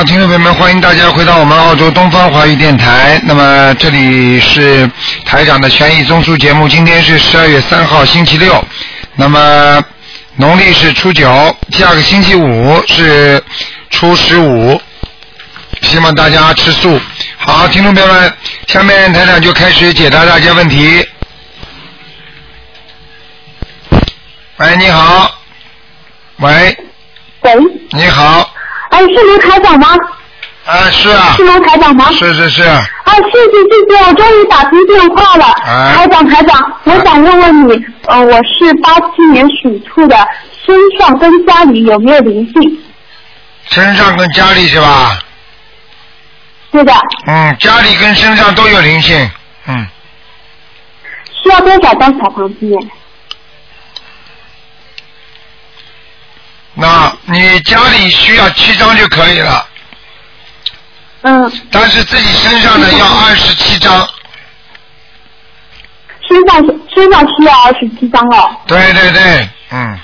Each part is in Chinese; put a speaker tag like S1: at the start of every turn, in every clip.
S1: 欢迎大家回到我们澳洲东方华语电台。那么这里是台长的权益综述节目，今天是十二月三号星期六，那么农历是初九，下个星期五是初十五，希望大家吃素。好，听众朋友们，下面台长就开始解答大家问题。喂，你好。喂，
S2: 喂，
S1: 你好。
S2: 哎，是卢台长吗？
S1: 啊，是啊
S2: 是，卢台长吗？
S1: 是是是，
S2: 啊，谢谢谢谢，我终于打通电话了。
S1: 哎
S2: 台长台长，我想问问你，呃，我是八七年属兔的，身上跟家里有没有灵性？
S1: 身上跟家里是吧？
S2: 对的，
S1: 嗯，家里跟身上都有灵性。嗯，
S2: 需要多少张小房子呢？
S1: 那你家里需要七张就可以了，
S2: 嗯，
S1: 但是自己身上呢要二十七张。
S2: 身上身上需要二十七张哦。
S1: 对对对，嗯，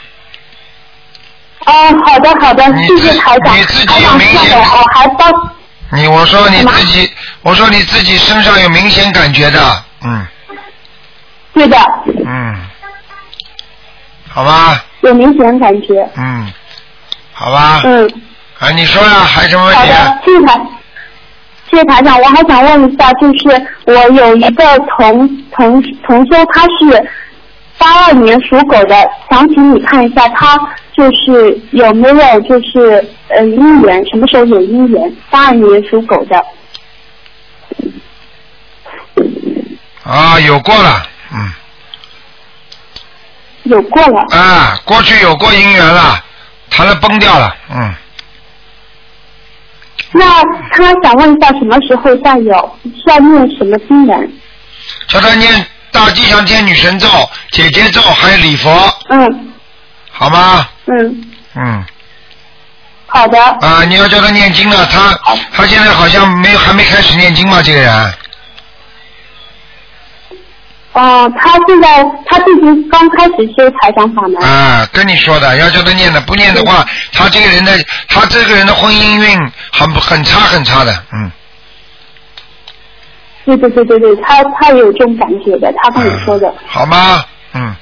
S2: 哦，好的好的，
S1: 你
S2: 谢
S1: 自
S2: 谢台长。
S1: 你自己
S2: 台
S1: 有
S2: 长
S1: 明显
S2: 是的，我哦还帮
S1: 你我说你自己，我说你自己身上有明显感觉的，嗯
S2: 对的，
S1: 嗯，好吧，
S2: 有明显的感觉。
S1: 嗯，好吧，
S2: 嗯，
S1: 啊，你说呀，还有什么问
S2: 好
S1: 题啊？
S2: 的，谢谢台，谢谢台长。我还想问一下，就是我有一个同同同修，他是八二年属狗的，想请你看一下他就是有没有就是呃姻缘，什么时候有姻缘？八二年属狗的，
S1: 啊，有过了，嗯。
S2: 有过了，
S1: 啊，过去有过姻缘了，谈了崩掉了，嗯，
S2: 那他想问一下什么时候再有？需要念什么经文？
S1: 叫他念大吉祥天女神咒、姐姐咒，还有礼佛，
S2: 嗯
S1: 好吗？
S2: 嗯，
S1: 嗯，
S2: 好的。
S1: 啊，你要叫他念经了，他他现在好像没有还没开始念经嘛，这个人，
S2: 哦、他现在他最近刚开始修财长法门。
S1: 啊，跟你说的，要叫他念的，不念的
S2: 嗯
S1: 话，他这个人的他这个人的婚姻运很很差很差的，嗯，
S2: 对对对对对，他他有这种感觉的，他跟你说的。
S1: 好吗？嗯，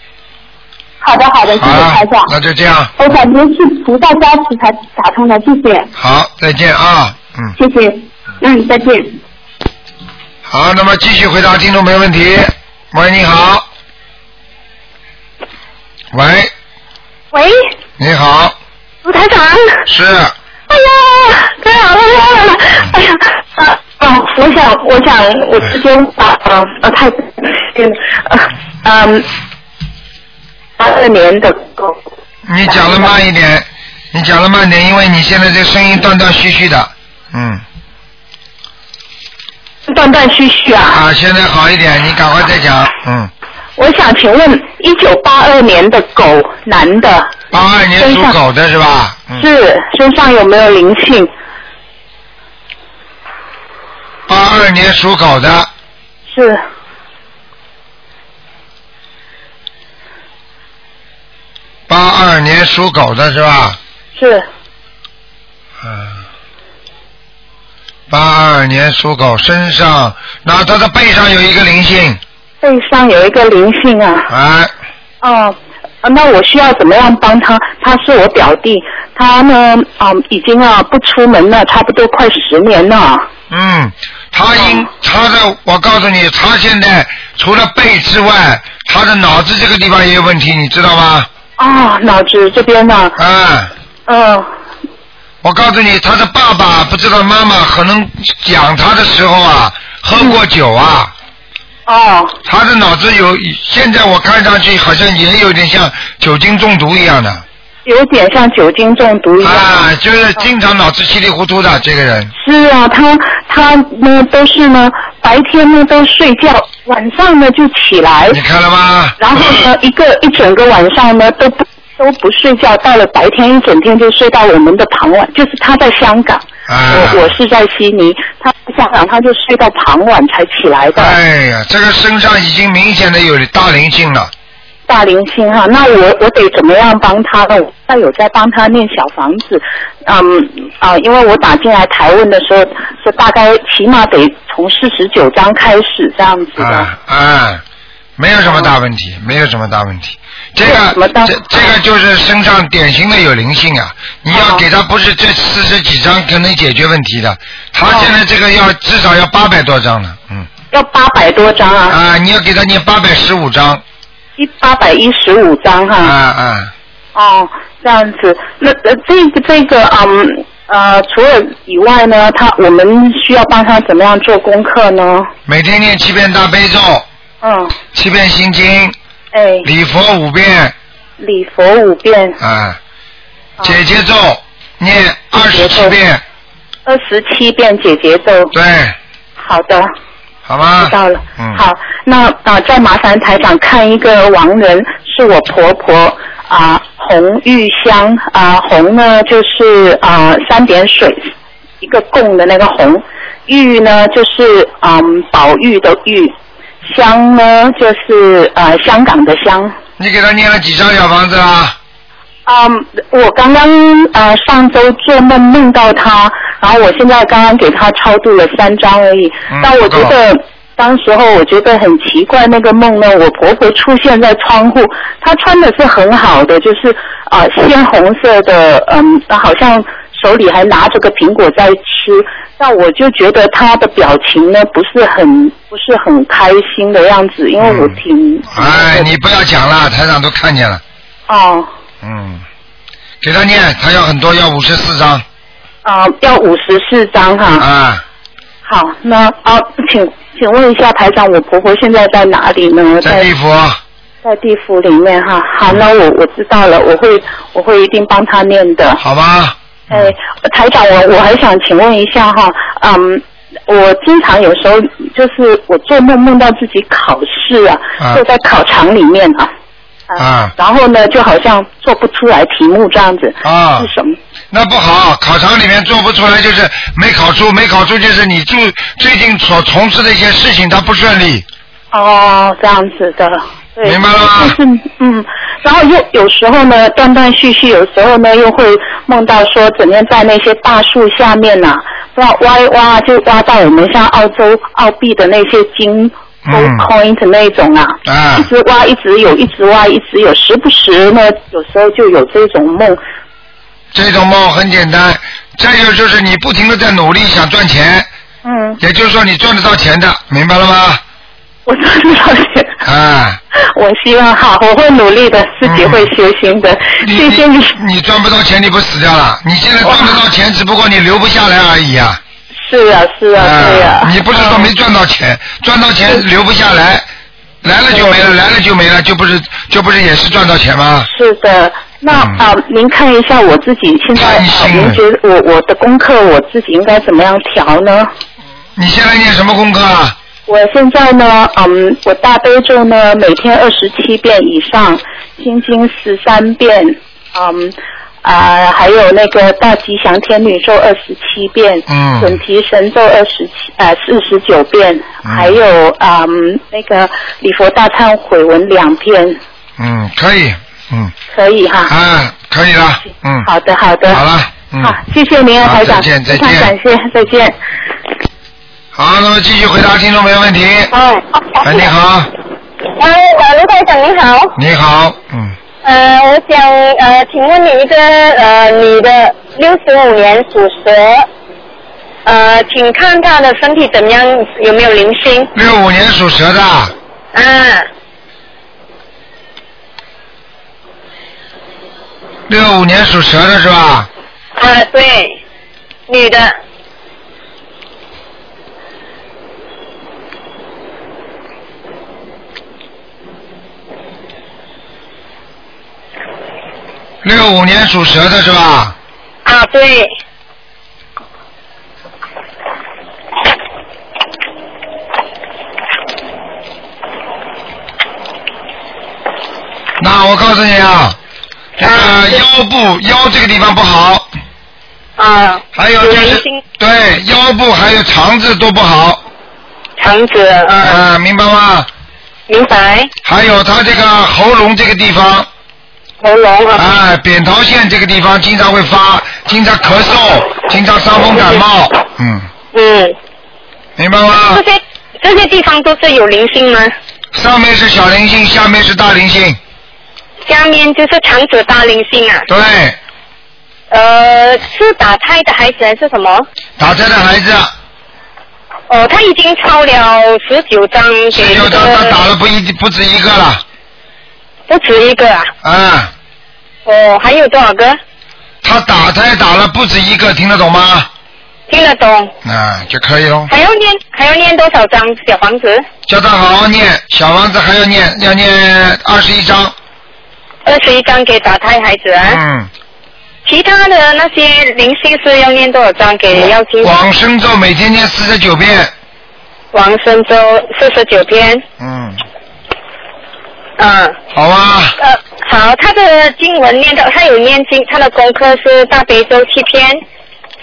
S2: 好的好的，谢
S1: 好
S2: 谢
S1: 了
S2: 台长，
S1: 那就这样，
S2: 我感觉是菩萨加持才打通的，谢谢
S1: 好，再见啊，嗯。
S2: 谢谢，嗯，再见。
S1: 好，那么继续回答听众朋友问题。喂，你好。喂，
S3: 喂，
S1: 你好，
S3: 卢台长，
S1: 是
S3: 哎呀， 太好了，太好了，哎呀，啊啊，我想，我想，我直接啊啊啊，太，嗯，啊嗯，八二年的狗，
S1: 你讲的慢一点，你讲的慢点，因为你现在这声音断断续续的。嗯，
S3: 断断续续啊，
S1: 啊，现在好一点，你赶快再讲。嗯，
S3: 我想请问，一九八二年的狗男的
S1: 八二年属狗的是吧？嗯，
S3: 是身上有没有灵性？
S1: 八二年属狗的，
S3: 是
S1: 八二年属狗的是吧？
S3: 是，
S1: 嗯，八二年属狗，身上，那他的背上有一个灵性，
S3: 背上有一个灵性啊。
S1: 哎，
S3: 哦，呃那我需要怎么样帮他？他是我表弟，他呢，嗯，已经啊不出门了，差不多快十年了。
S1: 嗯，他应他的，我告诉你，他现在除了背之外，他的脑子这个地方也有问题，你知道吗？
S3: 啊、脑子这边呢、
S1: 啊、
S3: 嗯、
S1: 我告诉你，他的爸爸不知道妈妈可能讲他的时候啊，喝过酒啊，
S3: 哦，
S1: 他的脑子有，现在我看上去好像也有点像酒精中毒一样的，
S3: 有点像酒精中毒一样。
S1: 啊，就是经常脑子稀里糊涂的这个人，
S3: 是啊，他他呢都是呢，白天呢都睡觉，晚上呢就起来，
S1: 你看了吗？
S3: 然后 呢一个一整个晚上呢都不都不睡觉，到了白天一整天就睡到我们的傍晚，就是他在香港。
S1: 啊，
S3: 我我是在悉尼，他香港他就睡到傍晚才起来的。
S1: 哎呀，这个身上已经明显的有大灵性了，
S3: 大灵性哈，那我我得怎么样帮他呢？我现在有在帮他念小房子，嗯啊、因为我打进来台问的时候是大概起码得从四十九章开始这样子的。
S1: 啊啊，没有什么大问题，没有什么大问题。这
S3: 没有什
S1: 个
S3: 么嗯大
S1: 这这个就是身上典型的有灵性啊！你要
S3: 哦
S1: 给他不是这四十几张可能解决问题的，他现在这个要至少要八百多张了，嗯
S3: 要八百多张啊，
S1: 啊，你要给他念八百十五张
S3: 一八百一十五张哈。
S1: 啊啊，
S3: 哦，这样子，那呃，这个这个，嗯呃，除了以外呢，他我们需要帮他怎么样做功课呢？
S1: 每天念七遍大悲咒，
S3: 嗯，
S1: 七遍心经，
S3: 哎，
S1: 礼佛五遍
S3: 礼佛五遍，
S1: 啊，
S3: 哦
S1: 姐姐咒念二十七遍，
S3: 二十七遍解结咒。
S1: 对，
S3: 好的，
S1: 好吗？
S3: 知道了。
S1: 嗯，
S3: 好，那啊、呃再麻烦台长看一个亡人，是我婆婆啊、洪玉香啊、洪呢就是啊、三点水一个贡的那个洪，玉呢就是嗯宝玉的玉，香呢就是呃香港的香。
S1: 你给他念了几张小房子啊？
S3: 嗯，我刚刚呃上周做梦梦到他，然后我现在刚刚给他超度了三张而已。
S1: 嗯
S3: 但我觉得当时候我觉得很奇怪，那个梦呢，我婆婆出现在窗户，她穿的是很好的，就是啊、呃鲜红色的，嗯，好像手里还拿着个苹果在吃。那我就觉得她的表情呢不是很不是很开心的样子，因为我
S1: 嗯
S3: 挺
S1: 哎，你不要讲
S3: 嗯
S1: 了，台长都看见了。
S3: 哦
S1: 嗯，给他念，他要很多，要五十四张
S3: 啊、呃要五十四张哈。
S1: 啊，
S3: 好，那啊，请请问一下台长，我婆婆现在在哪里呢？
S1: 在
S3: 在
S1: 地府
S3: 在地府里面哈。好，那我我知道了，我会我会一定帮她念的。
S1: 好吧？
S3: 哎，台长，我我还想请问一下哈，嗯，我经常有时候就是我做梦梦到自己考试啊，
S1: 啊
S3: 坐在考场里面啊，
S1: 啊
S3: 然后呢就好像做不出来题目这样子，
S1: 啊
S3: 是，什么？
S1: 那不好，考场里面做不出来，就是没考出，没考出就是你最最近所从事的一些事情它不顺利，
S3: 哦，这样子的。对
S1: 明白了吗
S3: 就是嗯，然后又有时候呢断断续续，有时候呢又会梦到说整天在那些大树下面呐、不知道挖一挖就挖到我们像澳洲澳币的那些金
S1: 嗯
S3: gold coin 的那种啊，
S1: 啊
S3: 一直挖一直有，一直挖一直有，时不时呢有时候就有这种梦。
S1: 这种梦很简单，这就就是你不停的在努力想赚钱，
S3: 嗯，
S1: 也就是说你赚得到钱的，明白了吗？
S3: 我真的了解。
S1: 啊，
S3: 我希望好，我会努力的，自
S1: 嗯
S3: 己会修心的。
S1: 你
S3: 谢谢你。
S1: 你赚不到钱你不死掉了？你现在赚得到钱，只不过你留不下来而已啊。
S3: 是啊，是啊，嗯对呀、
S1: 啊，你不是说没赚到钱，赚到钱留不下来，来了就没了，来了就没了，就不是就不是也是赚到钱吗？
S3: 是的，那
S1: 嗯
S3: 啊、您看一下我自己现在
S1: 看一下嗯
S3: 啊，您觉得我我的功课我自己应该怎么样调呢？
S1: 你现在念什么功课啊？
S3: 我现在呢，嗯，我大悲咒呢每天二十七遍以上，心经十三遍，嗯。啊、还有那个大吉祥天女咒二十七遍，
S1: 嗯
S3: 准提神咒二十七呃四十九遍，
S1: 嗯
S3: 还有啊、嗯那个礼佛大忏悔文两篇，
S1: 嗯，可以，嗯，
S3: 可以哈。
S1: 啊，可以了，嗯，
S3: 好的，好的。
S1: 好了，嗯，
S3: 好，谢谢您啊，
S1: 好
S3: 台
S1: 再
S3: 长，
S1: 见再
S3: 非常
S1: 见
S3: 感谢，再见。
S1: 好，那么继续回答听众朋友问题。
S3: 嗯
S4: 哎，
S1: 哎，你好，
S2: 嗯
S4: 喂，呃，卢台长你好，
S1: 你好，嗯，
S4: 呃，我想呃，请问你一个呃女的，六十五年属蛇，呃，请看她的身体怎么样，有没有灵性？
S1: 六五年属蛇的，
S4: 啊，
S1: 六五年属蛇的是吧？
S4: 啊，对，女的，
S1: 六五年属蛇的是吧？
S4: 啊，对，
S1: 那我告诉你啊，这个腰部腰这个地方不好，
S4: 啊，
S1: 还有
S4: 有
S1: 就
S4: 灵
S1: 是
S4: 性，
S1: 对腰部还有肠子都不好，
S4: 肠子，
S1: 啊、
S4: 啊，
S1: 明白吗？
S4: 明白。
S1: 还有他这个喉咙这个地方，
S4: 喉咙啊，
S1: 哎，扁桃腺这个地方经常会发，经常咳嗽，经常伤风感冒，嗯，
S4: 嗯，
S1: 明白吗
S4: 这？些这些地方都是有灵性吗？
S1: 上面是小灵性，下面是大灵性，
S4: 下面就是肠子大灵性啊。
S1: 对，
S4: 呃，是打胎的孩子还是什么？
S1: 打胎的孩子，
S4: 哦，他已经抄了十九张给
S1: 十九
S4: 那
S1: 张他打
S4: 个，
S1: 了不一不止一个了，
S4: 不止一个啊。
S1: 啊、
S4: 哦，还有多少个？
S1: 他打胎打了不止一个，听得懂吗？
S4: 听得懂？
S1: 啊，就可以喽。
S4: 还要念还要念多少张小房子？
S1: 叫他好好念，小房子还要念，要念二十一章。
S4: 二十一张给打胎孩子啊。
S1: 嗯，
S4: 其他的那些灵性是要念多少张给要经
S1: 往生咒每天念四十九遍。
S4: 王生周四十九篇，
S1: 嗯，
S4: 嗯，
S1: 好啊吧，
S4: 呃，好，他的经文念到，他有念经，他的功课是大悲咒七篇，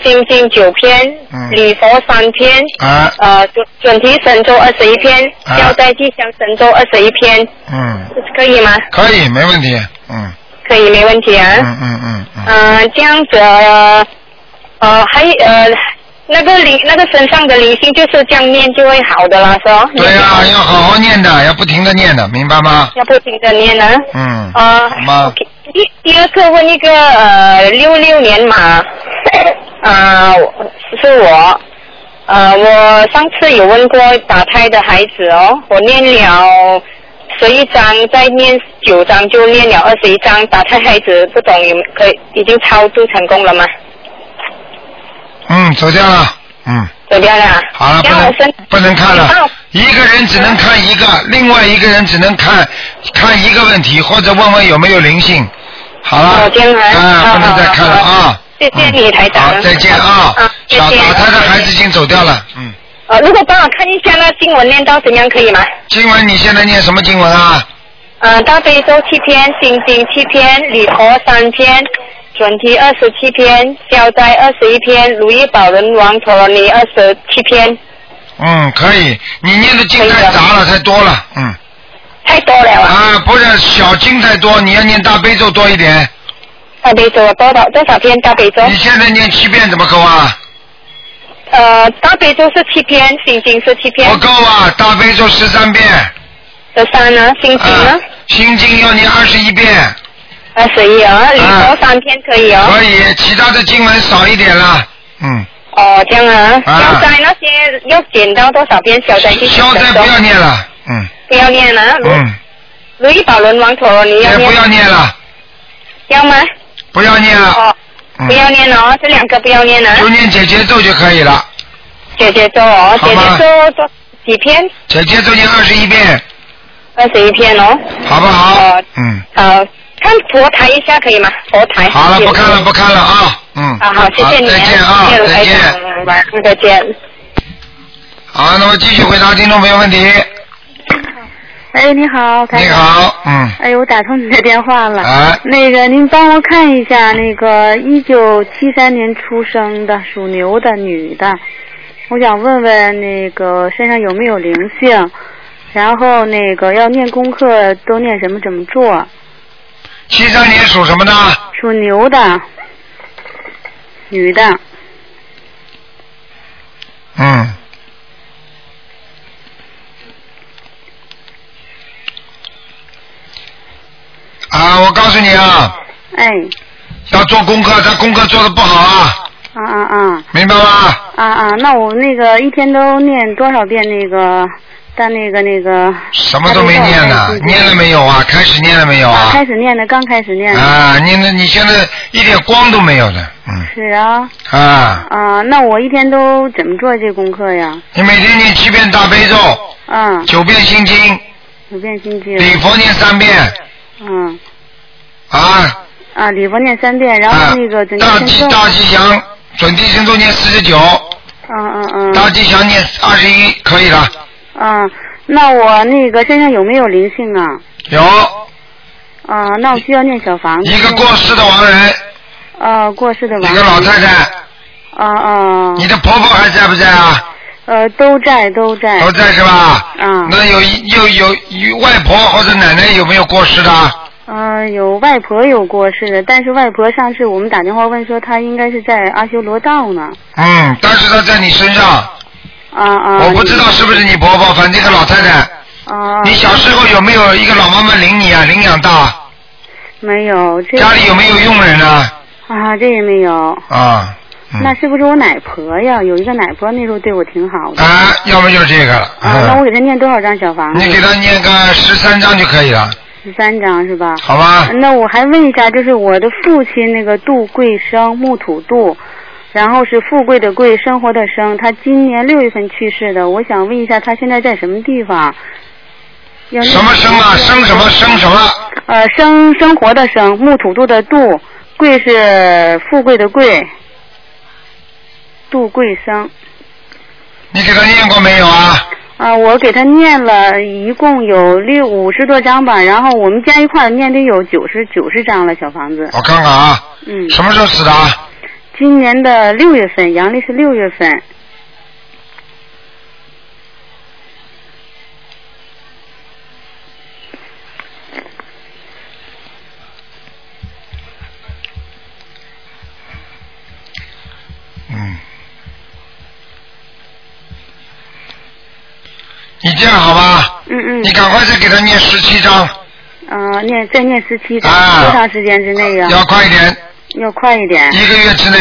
S4: 心经九篇
S1: 嗯，
S4: 礼佛三篇，
S1: 啊，
S4: 呃，准准提神咒二十一篇，
S1: 啊
S4: 消灾吉祥神咒二十一篇，
S1: 嗯，
S4: 可以吗？
S1: 可以，没问题。嗯，
S4: 可以，没问题啊。
S1: 嗯嗯嗯嗯，
S4: 嗯，这样子，呃，呃还呃，那个灵那个身上的灵性就是这样念就会好的啦，是吧？
S1: 对呀、啊要好好念的，要不停的念的，明白吗？
S4: 要不停的念呢。
S1: 嗯，
S4: 啊、
S1: 好吗
S4: o k 第第二个问一个呃，六六年 马，啊、是我，呃，我上次有问过打胎的孩子哦，我念了十一章，再念九章就念了二十一章，打胎孩子不懂有可以已经超度成功了吗？
S1: 嗯，走掉了。嗯，
S4: 怎么样啊？
S1: 好了，不
S4: 然后我身
S1: 能不能看
S4: 你帮
S1: 了
S4: 我，
S1: 一个人只能看一个，另外一个人只能看看一个问题，或者问问有没有灵性。好了，
S4: 哦这样啊
S1: 啊，
S4: 好
S1: 不能再看了
S4: 好好
S1: 啊。
S4: 谢谢你
S1: 嗯
S4: 台长
S1: 好，再见啊
S4: 嗯。谢谢
S1: 小打胎的孩子已经走掉了，嗯。
S4: 呃，如果帮我看一下那经文念到怎样可以吗？
S1: 经文你现在念什么经文啊？
S4: 呃，大悲咒七篇，心经七篇，礼佛三篇，准提二十七篇，消灾二十一篇，如意宝轮王陀罗尼二十七篇，
S1: 嗯，可以，你念的经太杂了，太多了，嗯。
S4: 啊太多了啊！
S1: 啊，不是小经太多，你要念大悲咒多一点。
S4: 大悲咒多少多少篇大悲咒？
S1: 你现在念七遍怎么够啊？
S4: 呃，大悲咒是七篇，心经是七篇
S1: 不，够啊，大悲咒十三遍，
S4: 十三呢，心经
S1: 啊
S4: 呢，
S1: 心经要念二十一遍，
S4: 二十一啊，礼
S1: 啊
S4: 佛三篇可以哦。
S1: 可以，其他的经文少一点了。嗯，
S4: 哦，这样啊，
S1: 啊
S4: 消灾那些要减到多少遍？消灾就
S1: 消灾不要念了，嗯
S4: 不要念了、啊。如
S1: 嗯，
S4: 如意宝轮王陀罗尼要
S1: 也
S4: 念
S1: 哎不要念了，
S4: 要吗？
S1: 不要念了，
S4: 哦，
S1: 嗯
S4: 不，要念哦，这两个不要念
S1: 就
S4: 啊。
S1: 念姐姐咒就可以了，
S4: 姐姐咒哦，
S1: 好
S4: 姐
S1: 吗
S4: 姐咒多几篇？
S1: 姐姐咒念二十一遍，
S4: 二十一篇哦。
S1: 好不好
S4: 哦？
S1: 嗯。
S4: 好，看佛台一下可以吗？佛台。
S1: 好了，不看了，不看了啊，嗯。
S4: 啊，好，谢谢你啊。
S1: 再见啊
S4: 谢谢，卢
S1: 再
S4: 台长
S1: 见。
S4: 嗯晚上再见。
S1: 好，那么继续回答听众朋友问题。
S5: 哎，你好，台长
S1: 你。好，嗯，
S5: 哎，我打通你的电话了。
S1: 哎
S5: 那个，您帮我看一下，那个一九七三年出生的属牛的女的，我想问问那个身上有没有灵性，然后那个要念功课都念什么怎么做？
S1: 七三年属什么的？
S5: 属牛的，女的，
S1: 嗯。啊，我告诉你啊，
S5: 哎，
S1: 要做功课，他功课做的不好啊，
S5: 啊啊啊
S1: 明白吗？
S5: 啊啊！那我那个一天都念多少遍那个？但那个那个
S1: 什么都没念呢，念了没有啊？开始念了没有啊
S5: 开？始念的，刚开始念的。
S1: 啊，念的你现在一点光都没有的，嗯，
S5: 是啊，
S1: 啊，
S5: 啊、那我一天都怎么做这功课呀？
S1: 你每天念七遍大悲咒，
S5: 嗯，
S1: 九遍心经，
S5: 有遍心经，
S1: 礼佛念三遍，
S5: 嗯，
S1: 啊，
S5: 啊，礼佛念三遍，然
S1: 啊
S5: 后那个准，提
S1: 大吉
S5: 神咒，
S1: 大吉祥，准提神咒念四十九，
S5: 嗯嗯
S1: 大吉祥念二十一，可以了。
S5: 嗯，嗯，那我那个身上有没有灵性啊？
S1: 有
S5: 啊、那我需要念小房子。
S1: 一个过世的亡人，
S5: 呃，过世的亡
S1: 一个老太太，
S5: 啊啊、
S1: 你的婆婆还在不在啊？
S5: 呃，都在都在。
S1: 都在是吧？
S5: 嗯
S1: 那有有有有外婆或者奶奶有没有过世的？
S5: 嗯、有外婆有过世的，但是外婆上次我们打电话问说她应该是在阿修罗道呢。
S1: 嗯，但是她在你身上，
S5: 啊啊。
S1: 我不知道是不是你婆婆，反正一个老太太。
S5: 啊。
S1: 你小时候有没有一个老妈妈领你啊，领养大？
S5: 没有这。
S1: 家里有没有佣人啊？
S5: 啊，这也没有。
S1: 啊，嗯
S5: 那是不是我奶婆呀？有一个奶婆那时候对我挺好的。
S1: 啊，要么就是这个了。
S5: 啊，那我
S1: 嗯
S5: 给她念多少张小房子？
S1: 你给她念个十三章就可以了，
S5: 十三张是吧？
S1: 好吧？
S5: 啊那我还问一下，就是我的父亲那个杜桂生，木土杜，然后是富贵的贵，生活的生，他今年六月份去世的。我想问一下，他现在在什么地方？要念
S1: 什么生啊？生什么生什么？
S5: 呃，生生活的生，木土杜的杜，贵是富贵的贵，杜桂生。
S1: 你给她念过没有啊？
S5: 啊、我给他念了一共有六五十多张吧，然后我们加一块儿念得有九十九十张了，小房子。
S1: 我看看啊，
S5: 嗯，
S1: 什么时候死的啊？
S5: 今年的六月份，阳历是六月份。
S1: 嗯，你这样好吧？
S5: 嗯嗯
S1: 你。赶快再给他念十七章，
S5: 嗯、念再念十七章，
S1: 啊
S5: 多长时间之内呀、
S1: 要快一点，
S5: 要快一点，
S1: 一个月之内。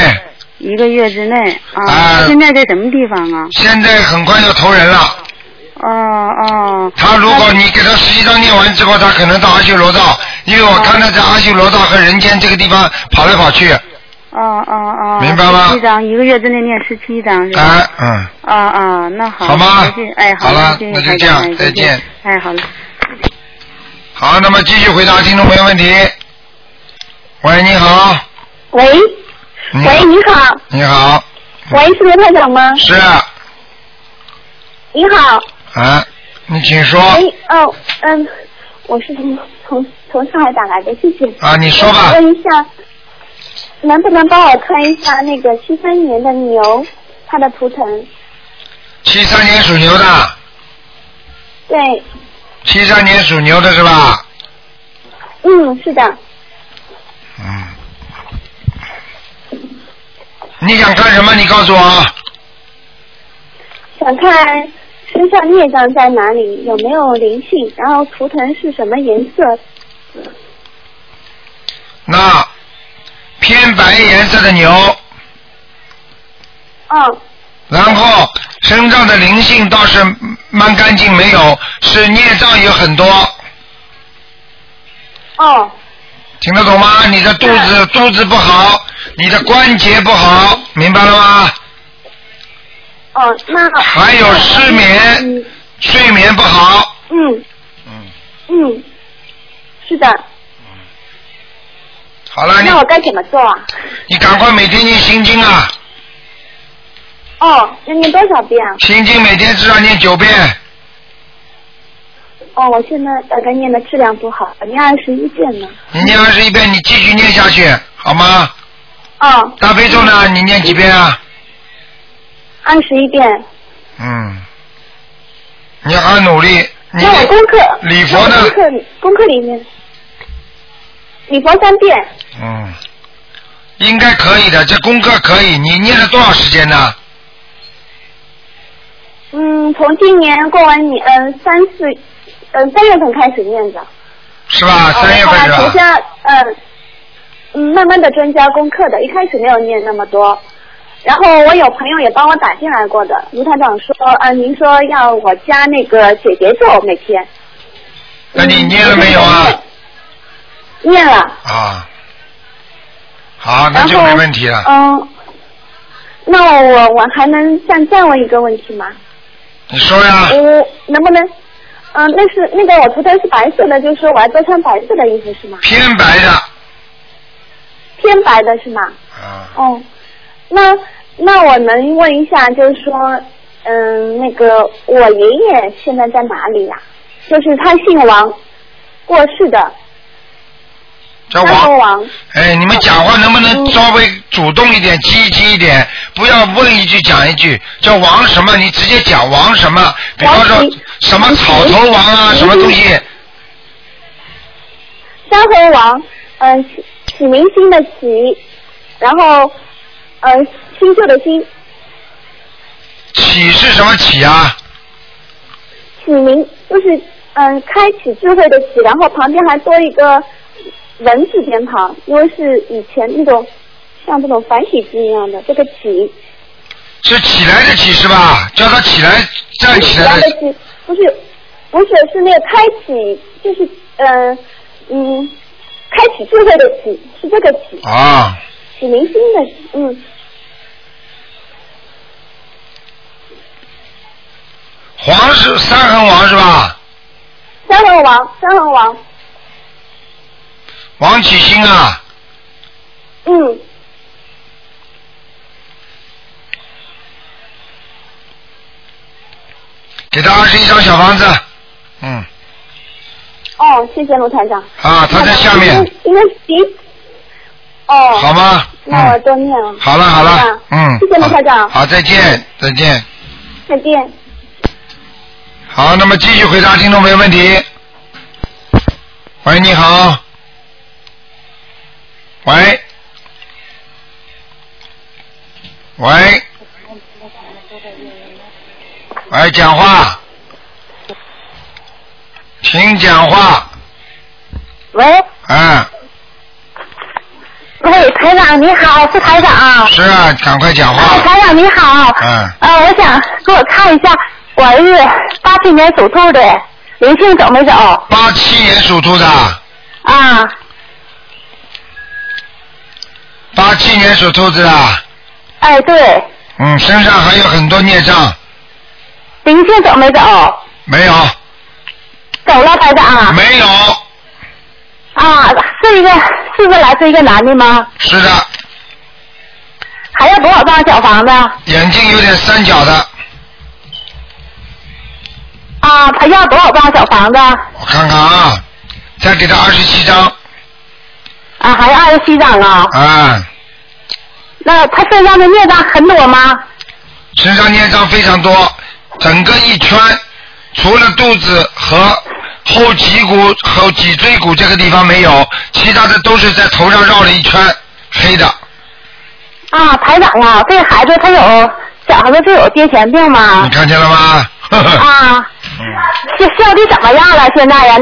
S5: 一个月之内啊。
S1: 啊
S5: 现在在什么地方啊？
S1: 现在很快要投人了，
S5: 哦哦。
S1: 他如果你给他十七章念完之后，他可能到阿修罗道，因为
S5: 嗯
S1: 我看他在阿修罗道和人间这个地方跑来跑去。
S5: 哦哦哦。
S1: 明白吗
S5: 十七章，一个月之内念十七章是吧？
S1: 啊，嗯，
S5: 啊啊，那好。
S1: 好吗
S5: 谢谢哎，
S1: 好了
S5: 谢谢
S1: 那就
S5: 台
S1: 这样
S5: 长哎
S1: 再见。
S5: 哎，好了。
S1: 好，那么继续回答听众朋友问题。喂，你好，
S6: 喂，
S1: 你
S6: 喂，你好，
S1: 你好，
S6: 喂，是刘台长吗？
S1: 是啊，
S6: 你好，
S1: 啊你请说
S6: 喂，哦，嗯，我是从从从上海打来的，谢谢。
S1: 啊，你说吧
S6: 我，问一下，能不能帮我看一下那个七三年的牛，它的图腾？
S1: 七三年属牛的，
S6: 对，
S1: 七三年属牛的是吧？
S6: 嗯，是的，
S1: 嗯，你想看什么？你告诉我啊。
S6: 想看身上孽障在哪里，有没有灵性，然后图腾是什么颜色？
S1: 那偏白颜色的牛，
S6: 哦，
S1: 然后身上的灵性倒是蛮干净，没有，是孽障有很多，
S6: 哦，
S1: 听得懂吗？你的肚子肚子不好，你的关节不好，明白了吗？
S6: 哦，那
S1: 还有失眠
S6: 嗯，
S1: 睡眠不好，
S6: 嗯
S1: 嗯，
S6: 嗯，是的，
S1: 好了，你
S6: 那我该怎么做啊？
S1: 你赶快每天念心经啊，
S6: 哦，要念多少遍啊？
S1: 心经每天至少念九遍，
S6: 哦，我现在大概念的质量不好，念二十一遍呢。
S1: 你念二十一遍，你继续念下去，好吗？
S6: 哦，
S1: 大悲咒呢，你念几遍啊？
S6: 二十一遍。
S1: 嗯，你好好努力。你
S6: 那我功课，
S1: 礼佛呢
S6: 那我功课功课里面，礼佛三遍，
S1: 嗯，应该可以的，这功课可以。你念了多少时间呢？
S6: 嗯，从今年过完年，嗯、三四，嗯、三月份开始念的。
S1: 是吧？
S6: 哦
S1: 啊三月份
S6: 后
S1: 是
S6: 来
S1: 吧
S6: 增？加，嗯，嗯，慢慢的增加功课的，一开始没有念那么多。然后我有朋友也帮我打进来过的，卢台长说，呃，您说要我加那个解结咒每天。
S1: 那你念了没有啊？
S6: 念了。
S1: 啊，好，那
S6: 然
S1: 就
S6: 后
S1: 没问题了。
S6: 嗯，那我我还能再再问一个问题吗？
S1: 你说呀，
S6: 我哦能不能？嗯、那是那个我图腾是白色的，就是说我要多穿白色的衣服是吗？
S1: 偏白的，
S6: 偏白的是吗？
S1: 啊，
S6: 哦，那那我能问一下，就是说，嗯，那个我爷爷现在在哪里呀、就是他姓王，过世的。
S1: 叫
S6: 那
S1: 王。
S6: 王，
S1: 哎，你们讲话能不能稍微主动一点、积极一点？不要问一句讲一句，叫王什么？你直接讲王什么？比方说
S6: 王琦
S1: 什么草头王啊，
S6: 嗯
S1: 什么东西？
S6: 山河王，嗯、呃，启启明星的启，然后，呃，新旧的新，
S1: 启是什么启啊？
S6: 启明就是嗯、呃开启智慧的启，然后旁边还多一个文字边旁，因为是以前那种像这种繁体字一样的这个启，
S1: 是起来的起是吧？叫他起来，站起来
S6: 然后
S1: 的。
S6: 启不是不是是那个开启，就是嗯、呃嗯，开启智慧的启是这个启，
S1: 啊，
S6: 启明星的启嗯。
S1: 黄是三横王是吧？
S6: 三横王，三横王，
S1: 王启星啊，
S6: 嗯，
S1: 给他二十一张小房子。嗯，
S6: 哦，谢谢卢台长。
S1: 啊，他在下面，
S6: 应该行。哦，
S1: 好吗？
S6: 那我
S1: 嗯，
S6: 多念了。
S1: 好了好了，嗯，
S6: 谢谢卢台长，
S1: 好，再见再见。
S6: 再见。
S1: 好，那么继续回答听众朋友问题。喂，你好。喂。喂。喂，哎讲话。请讲话。
S2: 喂，
S1: 嗯，
S2: 喂，哎台长你好，是台长啊。
S1: 是啊，赶快讲
S2: 哎，
S1: 话。
S2: 台长你好。
S1: 嗯
S2: 呃，我想给我看一下我儿子八七年属兔的灵性走没走？
S1: 八七年属兔的，
S2: 啊，
S1: 八七年属兔子的，
S2: 哎，对，
S1: 嗯，身上还有很多孽障，
S2: 灵性走没走？
S1: 没有，
S2: 走了，台长啊。
S1: 没有，
S2: 啊，是一个，是不是来自一个男的吗？
S1: 是的，
S2: 还要多少张小房子？
S1: 眼睛有点三角的，
S2: 啊，他要多少张小房子？
S1: 我看看啊，再给他二十七张
S2: 啊，还要二十七张啊。
S1: 啊，
S2: 那他身上的孽障很多吗？
S1: 身上孽障非常多，整个一圈，除了肚子和后脊骨和脊椎骨这个地方没有，其他的都是在头上绕了一圈黑的，
S2: 啊，台长啊，这孩子他有小孩子就有癫痫病吗
S1: 你？看见了吗？呵呵，
S2: 啊，
S1: 嗯，
S2: 这效力怎么样了？现在呀，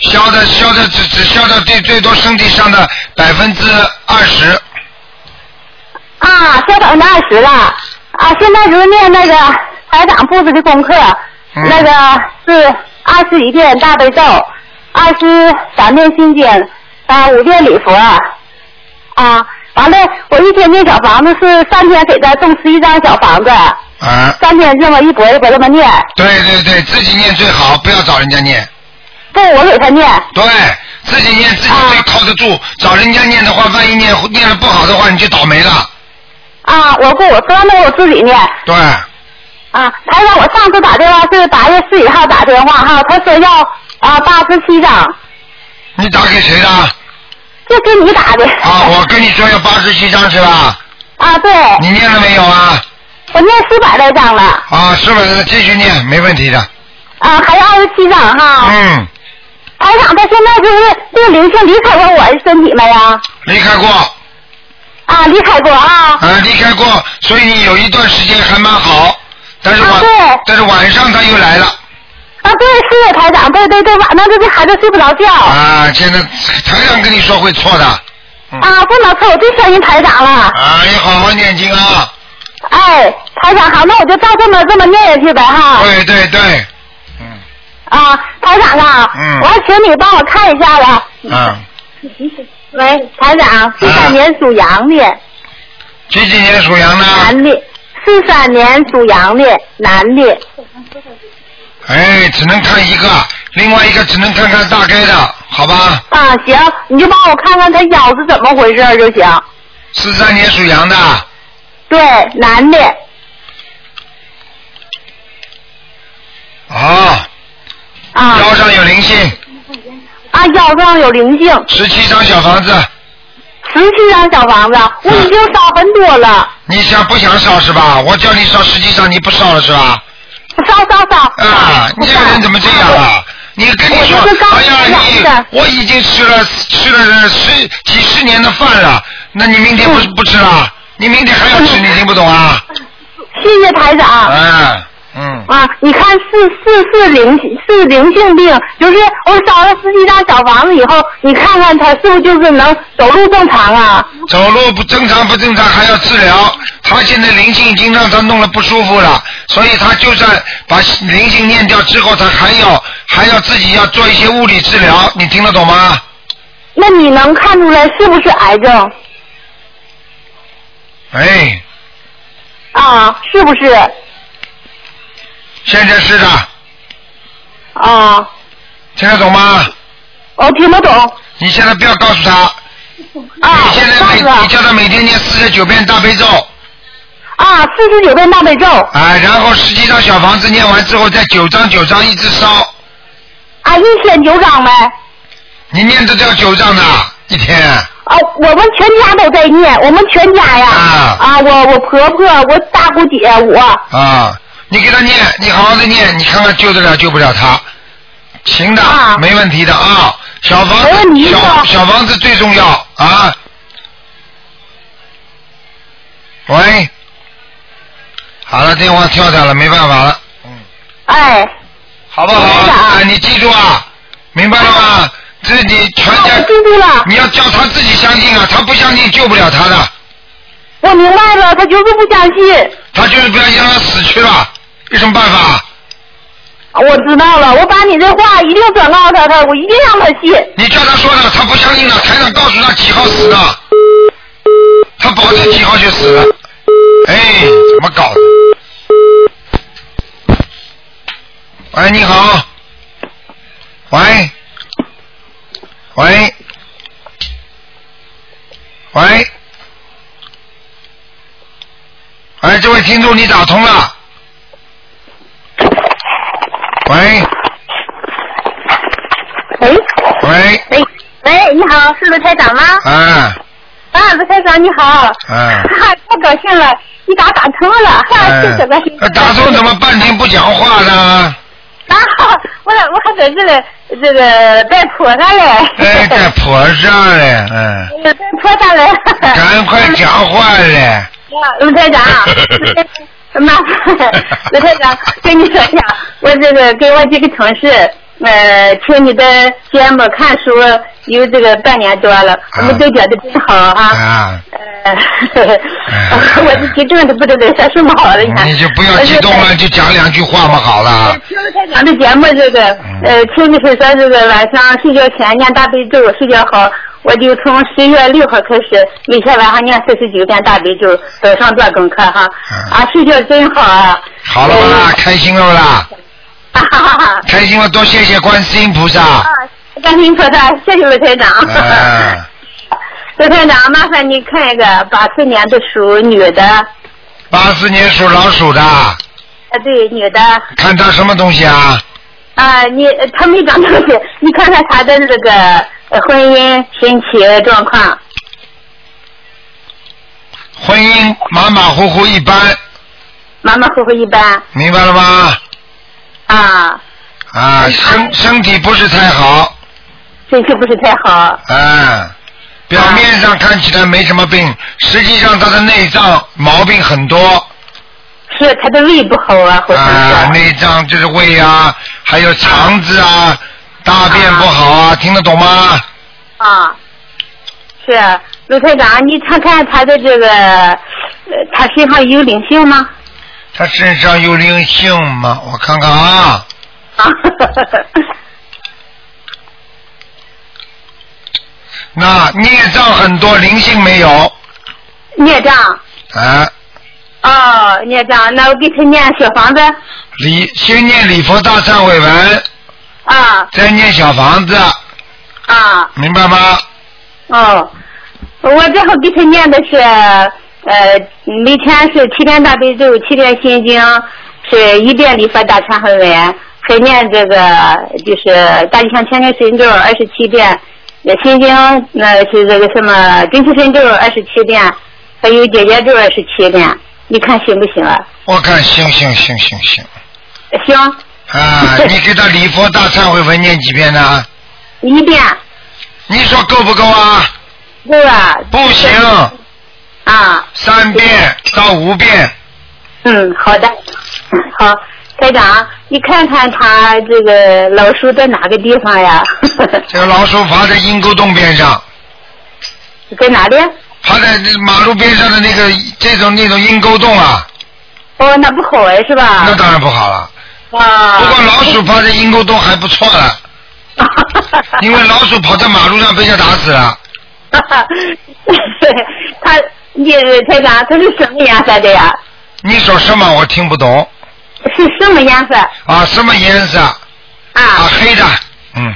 S1: 消的消的只只消的最最多身体上的百分之二十，
S2: 啊，消百分之二十了。啊，现在就是念那个台长布置的功课，
S1: 嗯
S2: 那个是二十一遍大悲咒，二十三遍心经，啊，五遍礼佛，啊，完了，我一天念小房子是三天给他种十一张小房子，
S1: 啊，
S2: 三天这么一波一波这么念，
S1: 对对对，自己念最好，不要找人家念。
S2: 不，我给他念，啊
S1: 对，自己念自己最靠得住，找人家念的话，万一念念的不好的话，你就倒霉了。
S2: 啊，我不，我专门我自己念。
S1: 对，
S2: 啊，台长，我上次打电话是八月十一号打电话哈，他说要啊八十七张，
S1: 你打给谁的？啊，
S2: 就给你打的。
S1: 我跟你说要八十七张是吧？
S2: 啊，对，
S1: 你念了没有啊？
S2: 我念四百来张了，
S1: 啊，是不是？继续念，没问题的。
S2: 啊，还有二十七张哈。
S1: 嗯，
S2: 台长，他现在就是这个灵性离开过我的身体没呀？
S1: 离开过，啊、
S2: 啊，离开过啊。
S1: 离开过，所以你有一段时间还蛮好，但是晚，
S2: 啊对
S1: 但是晚上他又来了。
S2: 啊，对，是台长，对对对，晚上这这孩子睡不着觉。
S1: 啊，现在台长跟你说会错的。
S2: 啊，不能错，我最相信台长了。
S1: 啊，你好好念经啊！
S2: 哎，台长好，那我就照这么这么念下去呗哈。
S1: 对对对，
S2: 啊，台长啊，
S1: 嗯
S2: 我要请你帮我看一下了。
S1: 嗯，
S2: 喂，台长，四
S1: 啊
S2: 三年属羊的，
S1: 几几年属羊的？
S2: 男的，四三年属羊的，男的，
S1: 哎，只能看一个，另外一个只能看看大概的，好吧？
S2: 啊，行，你就帮我看看他腰是怎么回事儿就行。
S1: 四三年属羊的，
S2: 对，男的，
S1: 哦，
S2: 啊
S1: 腰上有灵性，
S7: 啊，腰上有灵性，
S1: 十七张小房子，嗯
S7: 十七张小房子，我已经烧很多了，
S1: 你想不想烧是吧？我叫你烧，实际上你不烧了是吧？
S7: 烧烧烧。
S1: 啊，你这个人怎么这样啊？你跟你说
S7: 我就是，刚
S1: 哎呀，
S7: 才讲的
S1: 你我已经吃了吃了十几十年的饭了，那你明天不
S7: 嗯
S1: 不吃了？你明天还要吃？你听不懂啊？
S7: 谢谢台长。
S1: 哎，嗯，
S7: 啊，你看是是是灵是灵性病，就是我烧了十七张小房子以后，你看看他是不是就是能走路正常啊？
S1: 走路不正常不正常还要治疗，他现在灵性已经让他弄得不舒服了，所以他就算把灵性念掉之后，他还要还要自己要做一些物理治疗，你听得懂吗？
S7: 那你能看出来是不是癌症
S1: 哎，
S7: 啊？是不是
S1: 现在是的，
S7: 啊？
S1: 听得懂吗？
S7: 我哦听不懂
S1: 你现在不要告诉他，
S7: 啊
S1: 你现在，每
S7: 那个
S1: 你叫他每天念四十九遍大悲咒，
S7: 啊，四十九遍大悲咒
S1: 啊，然后十七张小房子念完之后，再九张九张一直烧，
S7: 啊，一天九张呗。
S1: 你念得掉九张的一天，
S7: 啊，我们全家都在念，我们全家呀，
S1: 啊
S7: 啊，我我婆婆，我大姑姐，我
S1: 啊，你给他念，你好好的念，你看看救得了救不了他，行的，
S7: 啊
S1: 没问题的啊，小房
S7: 没问
S1: 子
S7: 题
S1: 小
S7: 的
S1: 小房子最重要啊，喂，好了，电话跳掉了，没办法了。
S7: 哎，
S1: 好不好？
S7: 明白了
S1: 啊，你记住啊，明白了吗？自己全
S7: 那
S1: 家
S7: 啊我，记住了，
S1: 你要叫他自己相信啊，他不相信救不了他的，
S7: 我明白了，她就是不相信。
S1: 他就是不要让他死去了，有什么办法？
S7: 啊我知道了，我把你这话一定转告他，他我一定让他信。
S1: 你叫他说的，他不相信了，台长告诉他几号死的，他保证几号就死了。哎，怎么搞的？喂，你好。喂，喂，喂，喂，哎这位听众你打通了。喂，
S7: 喂
S1: 喂，
S7: 喂喂，你好，是卢台长吗？
S1: 啊，
S7: 啊，卢台长你好。
S1: 啊
S7: 哈。哈，太高兴了，一打打通了，哈，
S1: 哎
S7: 谢谢了。
S1: 呃打通怎么半天不讲话呢？
S7: 啊，我我还在这里这个拜菩萨嘞。
S1: 哎， 在婆上嘞，嗯，
S7: 拜菩萨嘞。
S2: 嗯
S1: 赶快讲话嘞，
S7: 卢台长，麻烦卢台 长跟你说一下，我这个给我几个同事，呃，听你的节目看书有这个半年多了，我们都觉得真好 啊。
S1: 啊，
S7: 呃，我这激动的不知道说什么好了，看。
S1: 你就不要激动了，就讲两句话嘛，好了。
S7: 听了台长的节目，这个
S1: 嗯
S7: 呃，听你是说这个晚上睡觉前念大悲咒，睡觉好，我就从十月六号开始，每天晚上念四十九遍大悲咒，早上做功课哈。
S1: 嗯
S7: 啊，睡觉真好啊！
S1: 好了吧，开心了 啦，
S7: 啊哈哈哈！
S1: 开心了，多谢谢观世音菩萨
S7: 啊。，感谢菩萨，谢谢卢台长。
S1: 嗯，
S7: 卢台长，麻烦你看一个八四年的属女的，啊
S1: 八四年属老鼠的，
S7: 呃对，女的，
S1: 看他什么东西啊？
S7: 啊，你她没长东西，你看看她的这个呃婚姻、身体状况。
S1: 婚姻马马虎虎一般，
S7: 马马虎虎一般
S1: 明白了吗？
S7: 啊，
S1: 啊，身身体不是太好，
S7: 身体不是太好
S1: 啊，表面上看起来没什么病，实际上他的内脏毛病很多
S7: 是他的胃不好啊，或者
S1: 啊，
S7: 是
S1: 内脏就是胃啊，还有肠子啊，大便不好啊，听得懂吗？
S7: 啊，是啊卢台长，你看看他的这个，呃他身上有灵性吗？
S1: 他身上有灵性吗？我看看啊，
S7: 啊，
S1: 那孽障很多，灵性没有
S7: 孽障
S1: 啊？
S7: 哦，孽障，那我给他念小房子
S1: 礼先念礼佛大忏悔文，
S7: 啊
S1: 再念小房子，
S7: 啊
S1: 明白吗？
S7: 哦，我这后给他念的是呃，每天是七遍大悲咒，七遍心经，是一遍礼佛大忏悔文，还念这个就是大吉祥天天神咒二十七遍，呃心经那是这个什么准提神咒二十七遍，还有姐姐咒二十七遍，你看行不行啊？
S1: 我看行行行行行
S7: 行，
S1: 啊！你给他礼佛大忏悔文念几遍呢？
S7: 一遍
S1: 你说够不够啊？
S7: 啊够了
S1: 不行，
S7: 啊。
S1: 三遍到五遍。
S7: 嗯，好的，好，台长，你看看他这个老鼠在哪个地方呀？
S1: 这个老鼠爬在阴沟洞边上，
S7: 在哪里？
S1: 爬在那马路边上的那个这种那种阴沟洞啊，
S7: 哦，那不好哎，是吧
S1: 那？当然不好了。
S7: 啊。
S1: 不过老鼠爬在阴沟洞还不错 了，因为老鼠跑在马路上被人家打死了。
S7: 他，你台长，他是什么颜色的呀？
S1: 你说什么？我听不懂
S7: 是什么颜色？
S1: 啊！什么颜色？啊，
S7: 啊，
S1: 黑的，嗯，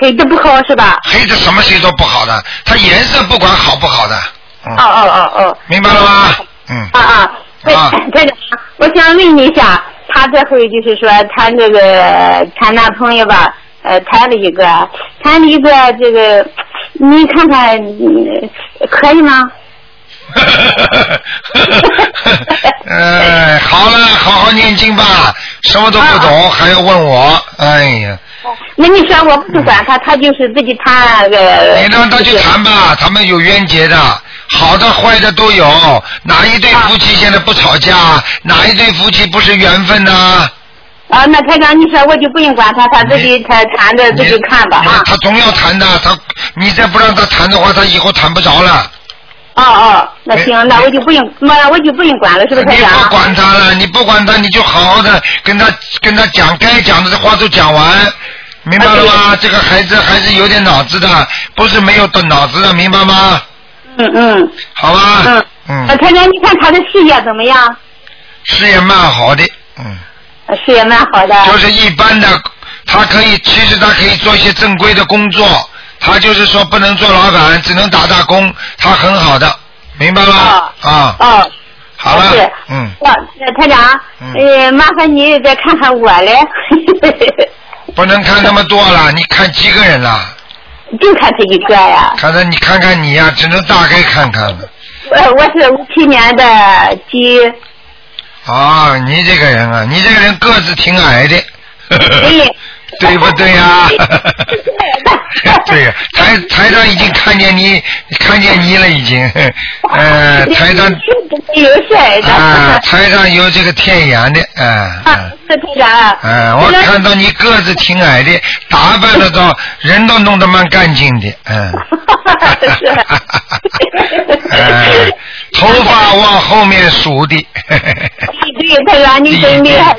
S7: 黑的不好是吧？
S1: 黑的什么谁都不好的，它颜色不管好不好的，嗯，
S7: 哦哦哦哦，
S1: 明白了吗？嗯，
S7: 啊啊，对
S1: 啊，
S7: 台长，我想问你一下，他这回就是说谈这个谈男朋友吧，呃，谈了一个，谈了一个这个，你看看嗯可以吗？
S1: 呃，好了，好好念经吧，什么都不懂还要问我，哎呀，
S7: 那你说我不管他，他就是自己谈
S1: 嗯你
S7: 呃，
S1: 让他去谈吧，他们有冤结的，好的坏的都有，哪一对夫妻现在不吵架，哪一对夫妻不是缘分呢？
S7: 啊，那台长，你说我就不用管他，他自己他谈的自
S1: 你
S7: 己看吧啊
S1: 他，总要谈的，他你再不让他谈的话，他以后谈不着了。
S7: 哦哦，那行，那我就不用，那我就不用管了，是不是台
S1: 你
S7: 长
S1: 不
S7: 啊？
S1: 管他了，你不管他，你就好好的跟他跟他讲，该讲的话都讲完，明白了
S7: 哎
S1: 吗？这个孩子还是有点脑子的，不是没有的脑子的，明白吗？
S7: 嗯嗯
S1: 好吧
S7: 嗯，那
S1: 嗯，
S7: 台长，你看他的事业怎么样？
S1: 事业蛮好的，嗯，
S7: 事业啊蛮好的。
S1: 就是一般的，他可以，其实他可以做一些正规的工作，他就是说不能做老板，只能打打工，他很好的，明白吗？啊，
S7: 哦，
S1: 好了
S7: 是，
S1: 嗯，
S7: 哇，那台长，
S1: 嗯
S7: 呃，麻烦你再看看我嘞，
S1: 不能看那么多了，你看几个人了？
S7: 就看这一个呀。
S1: 看看你看看你呀、只能大概看看了。
S7: 呃，我是五七年的呃鸡，
S1: 啊，你这个人啊，你这个人个子挺矮的，
S7: 对
S1: 对不对呀、 对呀、台台上已经看见你看见你了，已经，呃，台上
S7: 有事儿的。
S1: 啊，台上有这个天眼的，啊，
S7: 啊，是台长。
S1: 嗯、啊，我看到你个子挺矮的，打扮的倒人都弄得蛮干净的，嗯。
S7: 是。啊
S1: 呃，头发往后面梳的，
S7: 对，台长，你
S1: 哎
S7: 真厉害，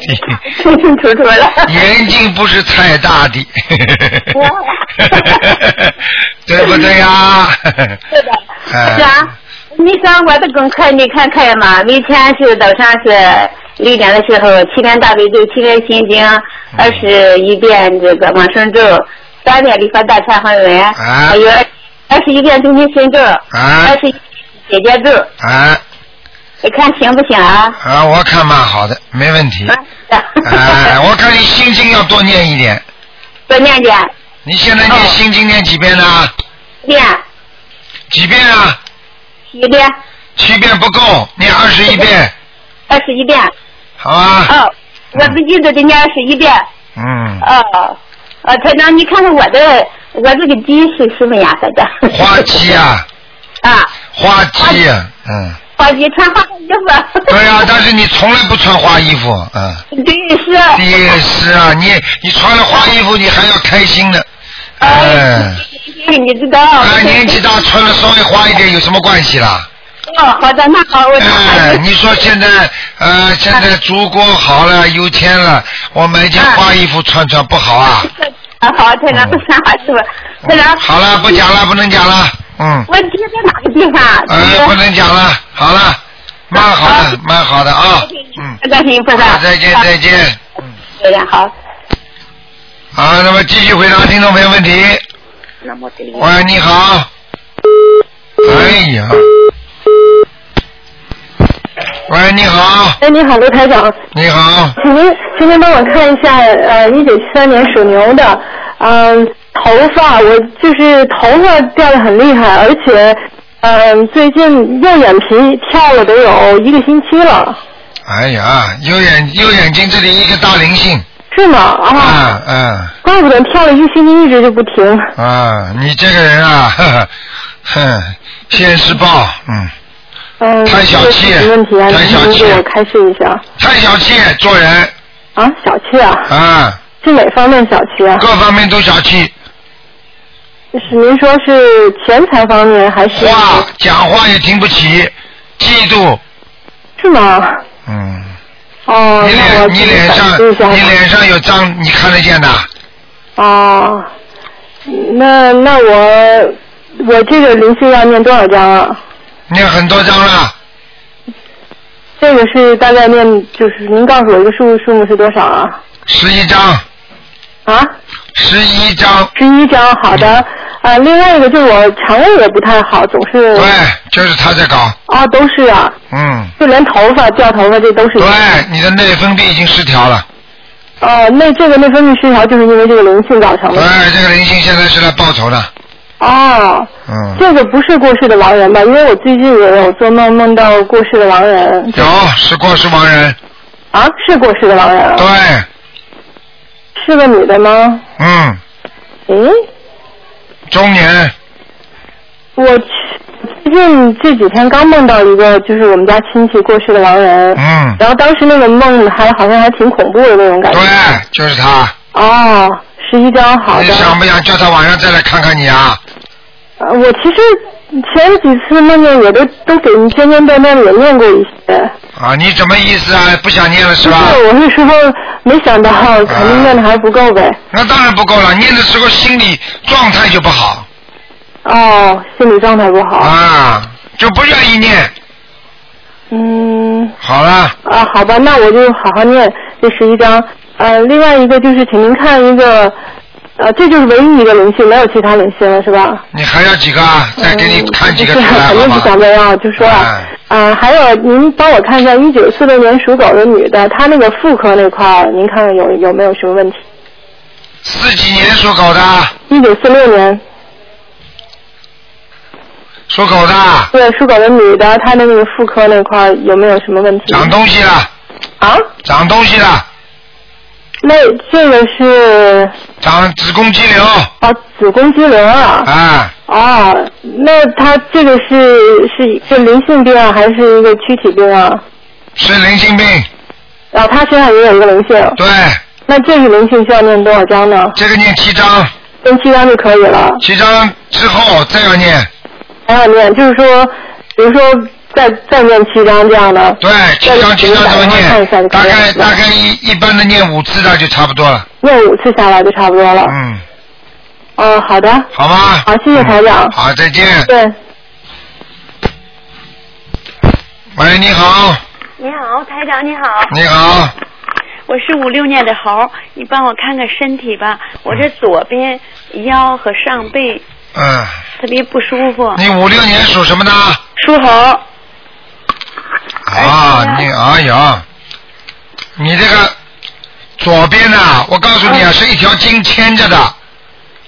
S7: 清清楚楚了。
S1: 眼睛不是太大的， 对不对呀？
S7: 是的，
S1: 哎
S7: 是啊。你想我的功课你看看嘛，每天是早上是六点的时候，七遍大悲咒，七遍心经，
S1: 嗯
S7: 二十一遍这个往生咒，三遍礼佛大忏悔文，还有二十一遍中心神咒，
S1: 啊
S7: 二十一姐姐咒，
S1: 啊
S7: 你看行不行啊？
S1: 啊！我看蛮好的，没问题。哎、
S7: 啊，
S1: 我看你心经要多念一点。
S7: 多念点，
S1: 你现在念
S7: 哦
S1: 心经念几遍呢？
S7: 念
S1: 几遍啊？
S7: 七遍，
S1: 七遍不够，念二十一遍，
S7: 二十一遍，
S1: 好啊吧？
S7: 哦，我自己都得念二十一遍。
S1: 嗯，
S7: 哦，呃，台长，你看看我的，我这个鸡是什么颜色的？
S1: 花鸡啊，
S7: 啊，
S1: 花鸡，嗯，
S7: 花鸡穿花衣服。
S1: 对呀、但是你从来不穿花衣服，嗯。
S7: 对，是。
S1: 也是啊，你你穿了花衣服，你还要开心呢。哎，
S7: 你知道。
S1: 哎，年纪大穿的稍微花一点有什么关系啦？
S7: 哦，好的，那好，我知道
S1: 哎，你说现在呃，现在祖国好了，有钱了，我买件花衣服穿穿不好啊？
S7: 啊，好，台长，不
S1: 嗯
S7: 穿花衣服。台长，
S1: 好了，不讲了，不能讲了，嗯，
S7: 我鸡在哪个地方？
S1: 呃，不能讲了，好了，蛮好的
S7: 啊好，
S1: 蛮好的啊，嗯，
S7: 观世音菩萨
S1: 好，。再见，
S7: 啊
S1: 再。见。
S7: 台 长好。
S1: 好，那么继续回答听众朋友问题。喂，你好。哎呀，喂，你好，
S8: 哎，你好，刘台长，
S1: 你好，
S8: 请您，请您帮我看一下，呃，一九七三年属牛的，嗯、头发，我就是头发掉的很厉害，而且，嗯、最近右眼皮跳了得有一个星期了，
S1: 哎呀，右眼右眼睛这里一个大灵性，
S8: 是吗？啊，
S1: 啊嗯
S8: 怪不得跳了一个星期，一直就不停。
S1: 啊，你这个人啊，呵呵，哼，现世报，嗯，
S8: 嗯，
S1: 太小气
S8: 这个什么问题啊？
S1: 太小气
S8: 您给我开示一下
S1: 太小气做人
S8: 啊？小气啊？
S1: 啊，
S8: 是哪方面小气啊？
S1: 各方面都小气，
S8: 是您说是钱财方面还是？
S1: 话讲话也听不起，嫉妒，
S8: 是吗？
S1: 嗯，
S8: 哦，
S1: 你
S8: 那我
S1: 脸你脸上
S8: 自己反思
S1: 你
S8: 一下。
S1: 脸上有脏，你看得见的，
S8: 哦，那那我我这个灵性要念多少章啊？
S1: 念很多张了，
S8: 这个是大概念，就是您告诉我一个数数目是多少啊？
S1: 十一张，
S8: 啊，
S1: 十一张，嗯
S8: 十一章，好的。啊，另外一个就是我肠胃也不太好，总是
S1: 对，就是他在搞，
S8: 啊，都是啊，
S1: 嗯，
S8: 就连头发掉头发这都是。
S1: 对，你的内分泌已经失调了，
S8: 哦，那这个内分泌失调就是因为这个灵性造成的。
S1: 对，哎这个灵性现在是来报仇的，
S8: 哦，
S1: 嗯，
S8: 这个不是过世的亡人吧？因为我最近也有做梦，梦到过世的亡人。
S1: 有哦是过世亡人，
S8: 啊，是过世的亡人啊。
S1: 对，
S8: 是个女的吗？
S1: 嗯，
S8: 诶，
S1: 中年，
S8: 我去最近这几天刚梦到一个，就是我们家亲戚过世的亡人。
S1: 嗯，
S8: 然后当时那个梦还好像还挺恐怖的那种感觉。
S1: 对，就是他，
S8: 哦，十一张好的
S1: 你。想不想叫他晚上再来看看你啊？
S8: 呃我其实前几次梦见也都都给你间间断断的也念过一些。
S1: 啊，你怎么意思啊？不想念了是
S8: 不
S1: 吧？啊
S8: 是，我那时候没想到，肯定念的还不够呗。
S1: 那当然不够了，念的时候心理状态就不好
S8: 哦，心理状态不好。
S1: 啊，就不愿意念。
S8: 嗯，
S1: 好了，
S8: 啊，好吧，那我就好好念这十一章。呃，另外一个就是，请您看一个，呃，这就是唯一一个灵性，没有其他灵性了，是吧？
S1: 你还要几个啊？再给你
S8: 嗯
S1: 看几个
S8: 不
S1: 出
S8: 是
S1: 来
S8: 肯
S1: 好
S8: 定不
S1: 吧
S8: 想？再要，就说啊
S1: 哎，
S8: 呃，还有您帮我看一下一九四六年属狗的女的，她那个妇科那块儿，您看看有有没有什么问题？
S1: 四几年属狗的，
S8: 一九四六年，
S1: 属狗的
S8: 对，属狗的女的，她的那个妇科那块儿有没有什么问题？
S1: 长东西了，
S8: 啊？
S1: 长东西了，
S8: 那这个是
S1: 长子宫肌瘤
S8: 啊，子宫肌瘤啊。
S1: 啊，
S8: 哦，那她这个是是一个灵性病啊，还是一个躯体病啊？
S1: 是灵性病。
S8: 啊，她身上也有一个灵性，
S1: 对，
S8: 那这个灵性需要念多少章呢？
S1: 这个念七章，
S8: 念七章就可以了。
S1: 七章之后再要念，
S8: 还要念，就是说，比如说再再念七章这样的，
S1: 对，七章七章这么念，大概大概一一般的念五次那就差不多了，
S8: 念五次下来就差不多了。
S1: 嗯，
S8: 嗯，好的，
S1: 好吗？嗯
S8: 好，谢谢台长。嗯
S1: 好，再见。
S8: 对。
S1: 喂，你好，
S9: 你好，台长你好，
S1: 你好，
S9: 我是五六年的猴，你帮我看看身体吧。我这左边腰和上背
S1: 嗯，
S9: 特别不舒服，
S1: 你五六年属什么的？
S9: 属猴。
S1: 啊，你哎呀，你这个左边呐、我告诉你
S9: 嗯
S1: 啊，是一条筋牵着的，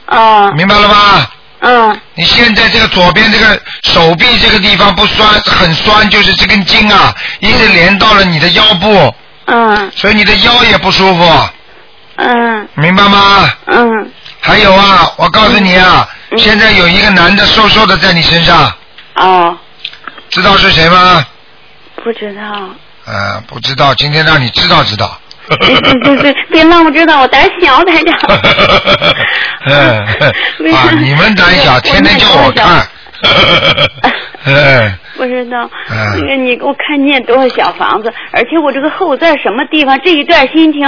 S9: 啊，
S1: 明白了吗？
S9: 嗯，
S1: 你现在这个左边这个手臂这个地方不酸，很酸，就是这根筋啊，一直连到了你的腰部，
S9: 嗯，
S1: 所以你的腰也不舒服，
S9: 嗯，
S1: 明白吗？
S9: 嗯，
S1: 还有啊，我告诉你啊，
S9: 嗯
S1: 现在有一个男的瘦瘦的在你身上，
S9: 哦，
S1: 知道是谁吗？
S9: 不知道。
S1: 呃，不知道，今天让你知道知道。。
S9: 别别别别别让我知道，我胆小，台长
S1: 嗯，啊，你们胆小，天天叫我 看。嗯，
S9: 不知道，
S1: 嗯
S9: 那个你给我看念多少小房子，而且我这个后在什么地方，这一段心情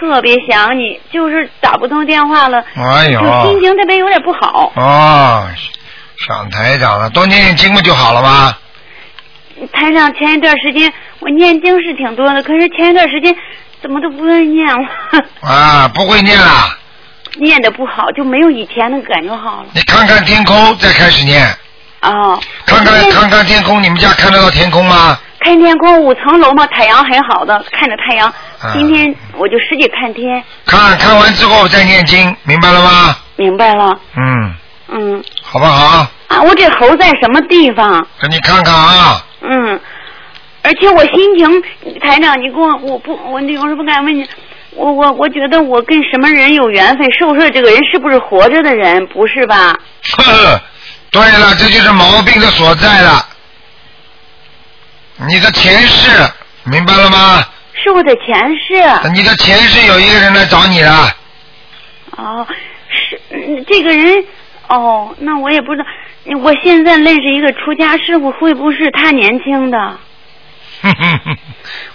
S9: 特别想你，就是打不通电话了，
S1: 哎
S9: 就
S1: 呦，
S9: 心情特别有点不好。
S1: 哦，上台长了，多念念经不就好了吗？
S9: 台上前一段时间我念经是挺多的，可是前一段时间怎么都不愿意念了，
S1: 啊，不会念了，
S9: 念的不好，就没有以前那个感觉好了。
S1: 你看看天空，再开始念。
S9: 哦，
S1: 看看
S9: 我今天
S1: 看看天空，你们家看得到天空吗？
S9: 看天空五层楼嘛，太阳很好的，看着太阳
S1: 嗯。
S9: 今天我就使劲看天，
S1: 看看完之后再念经，明白了吗？
S9: 明白了。
S1: 嗯，
S9: 嗯
S1: 好不好？
S9: 啊，我这猴在什么地方？
S1: 给你看看啊，
S9: 嗯，而且我心情，台长，你跟我，我不，我那我是不敢问你，我我我觉得我跟什么人有缘分？是不是这个人是不是活着的人？不是吧？
S1: 呵 对了，这就是毛病的所在了。你的前世，明白了吗？
S9: 是我的前世。啊
S1: 啊你的前世有一个人来找你了，
S9: 哦，是、嗯这个人，哦，那我也不知道。我现在认识一个出家师傅，会不会是他年轻的？
S1: 哼哼哼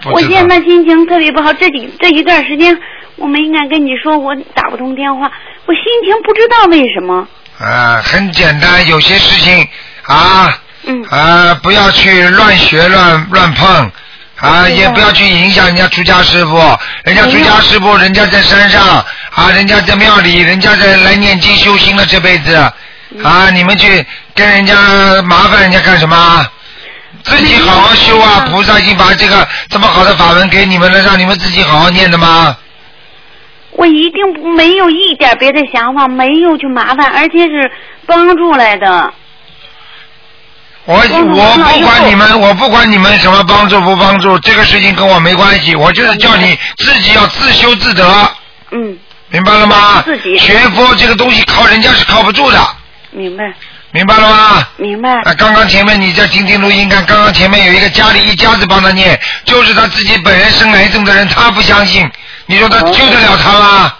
S9: 我
S1: 不知道
S9: 现在心情特别不好，这几这一段时间我没敢跟你说，我打不通电话，我心情不知道为什么。
S1: 啊，很简单，有些事情啊，
S9: 嗯
S1: 啊，不要去乱学乱乱碰，啊，也不要去影响人家出家师傅，人家出家师傅，人家在山上啊，人家在庙里，人家在来念经修心了这辈子，啊，你们去跟人家麻烦人家干什么？啊自己好好修啊！菩萨已经把这个这么好的法门给你们了，让你们自己好好念的吗？
S9: 我一定不没有一点别的想法，没有去麻烦，而且是帮助来的。
S1: 我我不管你们，我不管你们什么帮助不帮助，这个事情跟我没关系。我就是叫你自己要自修自得，
S9: 嗯，
S1: 明白了吗？
S9: 自己
S1: 学佛这个东西靠人家是靠不住的，
S9: 明白，
S1: 明白了吗？
S9: 明白。
S1: 啊，刚刚前面你再听听录音看，刚刚前面有一个家里一家子帮他念，就是他自己本人生癌症的人，他不相信，你说他救得了他吗？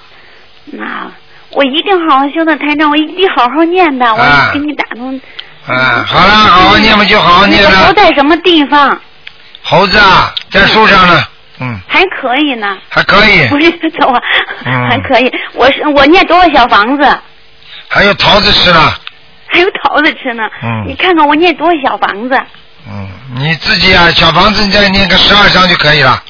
S9: 那我一定好好修的，台长，我一定好好念的，
S1: 啊
S9: 我给你打通。哦
S1: 啊，好了，好好念嘛就好好念
S9: 你的
S1: 了
S9: 头。在什么地方？
S1: 猴子啊，在树上呢，
S9: 还可以呢。
S1: 还可 以
S9: 不，是走啊，
S1: 嗯
S9: 还可以。我是我念多少小房子？
S1: 还有桃子吃了。
S9: 还有桃子吃呢。
S1: 嗯
S9: 你看看我念多少小房子？
S1: 嗯，你自己啊，小房子你再念个十二章就可以了。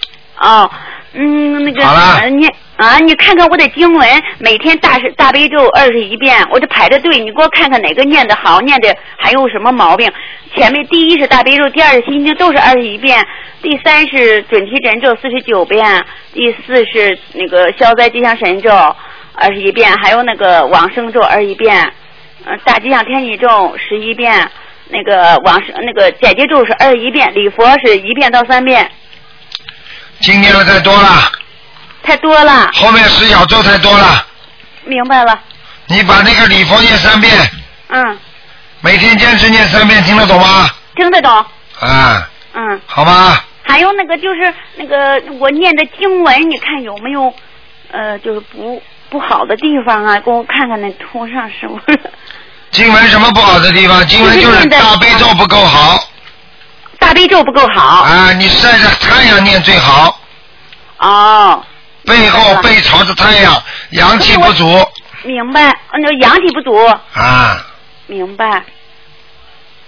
S9: 哦，嗯，那个
S1: 好了
S9: 呃你啊，你看看我的经文，每天大是大悲咒二十一遍，我就排着队，你给我看看哪个念的好，念的还有什么毛病？前面第一是大悲咒，第二是心经，都是二十一遍，第三是准提神咒四十九遍，第四是那个消灾吉祥神咒二十一遍，还有那个往生咒二十一遍，嗯、大吉祥天女咒十一遍。那个往生那个姐姐咒是二十一遍，礼佛是一遍到三遍，
S1: 今念的太多了，
S9: 太多了。
S1: 后面十小咒太多了。
S9: 明白了，
S1: 你把那个礼佛念三遍，
S9: 嗯，
S1: 每天坚持念三遍，听得懂吗？
S9: 听得懂，
S1: 啊，
S9: 嗯。
S1: 好吧，
S9: 还有那个就是那个我念的经文，你看有没有呃，就是不不好的地方啊？给我看看那图上是不 是？
S1: 经文什么不好的地方？经文就是大悲咒不够好
S9: 大悲咒不够好。
S1: 啊，你晒着太阳念最好，
S9: 哦，
S1: 背后背朝着太阳，阳气不足
S9: 明白，嗯那阳气不足，
S1: 啊，
S9: 明白。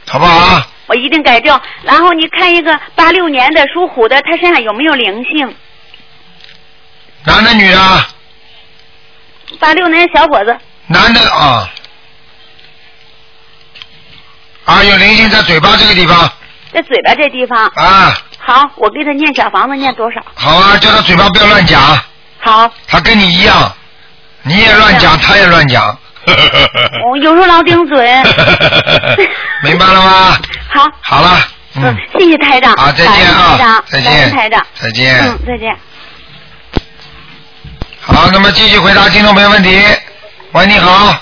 S1: 好不好？
S9: 我一定改正。然后你看一个八六年的属虎的，他身上有没有灵性？
S1: 男的女的，
S9: 八六年小伙子，
S1: 男的啊，啊，有灵性在嘴巴这个地方
S9: 在嘴巴这地方。
S1: 啊。
S9: 好，我给他念小房子，念多少？
S1: 好啊，叫他嘴巴不要乱讲，
S9: 好，
S1: 他跟你一样，你也乱讲，
S9: 啊
S1: 他也 乱讲，
S9: 我哦有时候老顶 嘴。
S1: 明白了吗？
S9: 好，
S1: 好了，嗯，
S9: 谢谢台长。
S1: 好，再
S9: 感
S1: 见
S9: 恩台
S1: 啊
S9: 长，，
S1: 再
S9: 感恩
S1: 见，
S9: 台长，
S1: 再见
S9: 嗯。，再见。
S1: 好，那么继续回答听众朋友问题。喂，你好，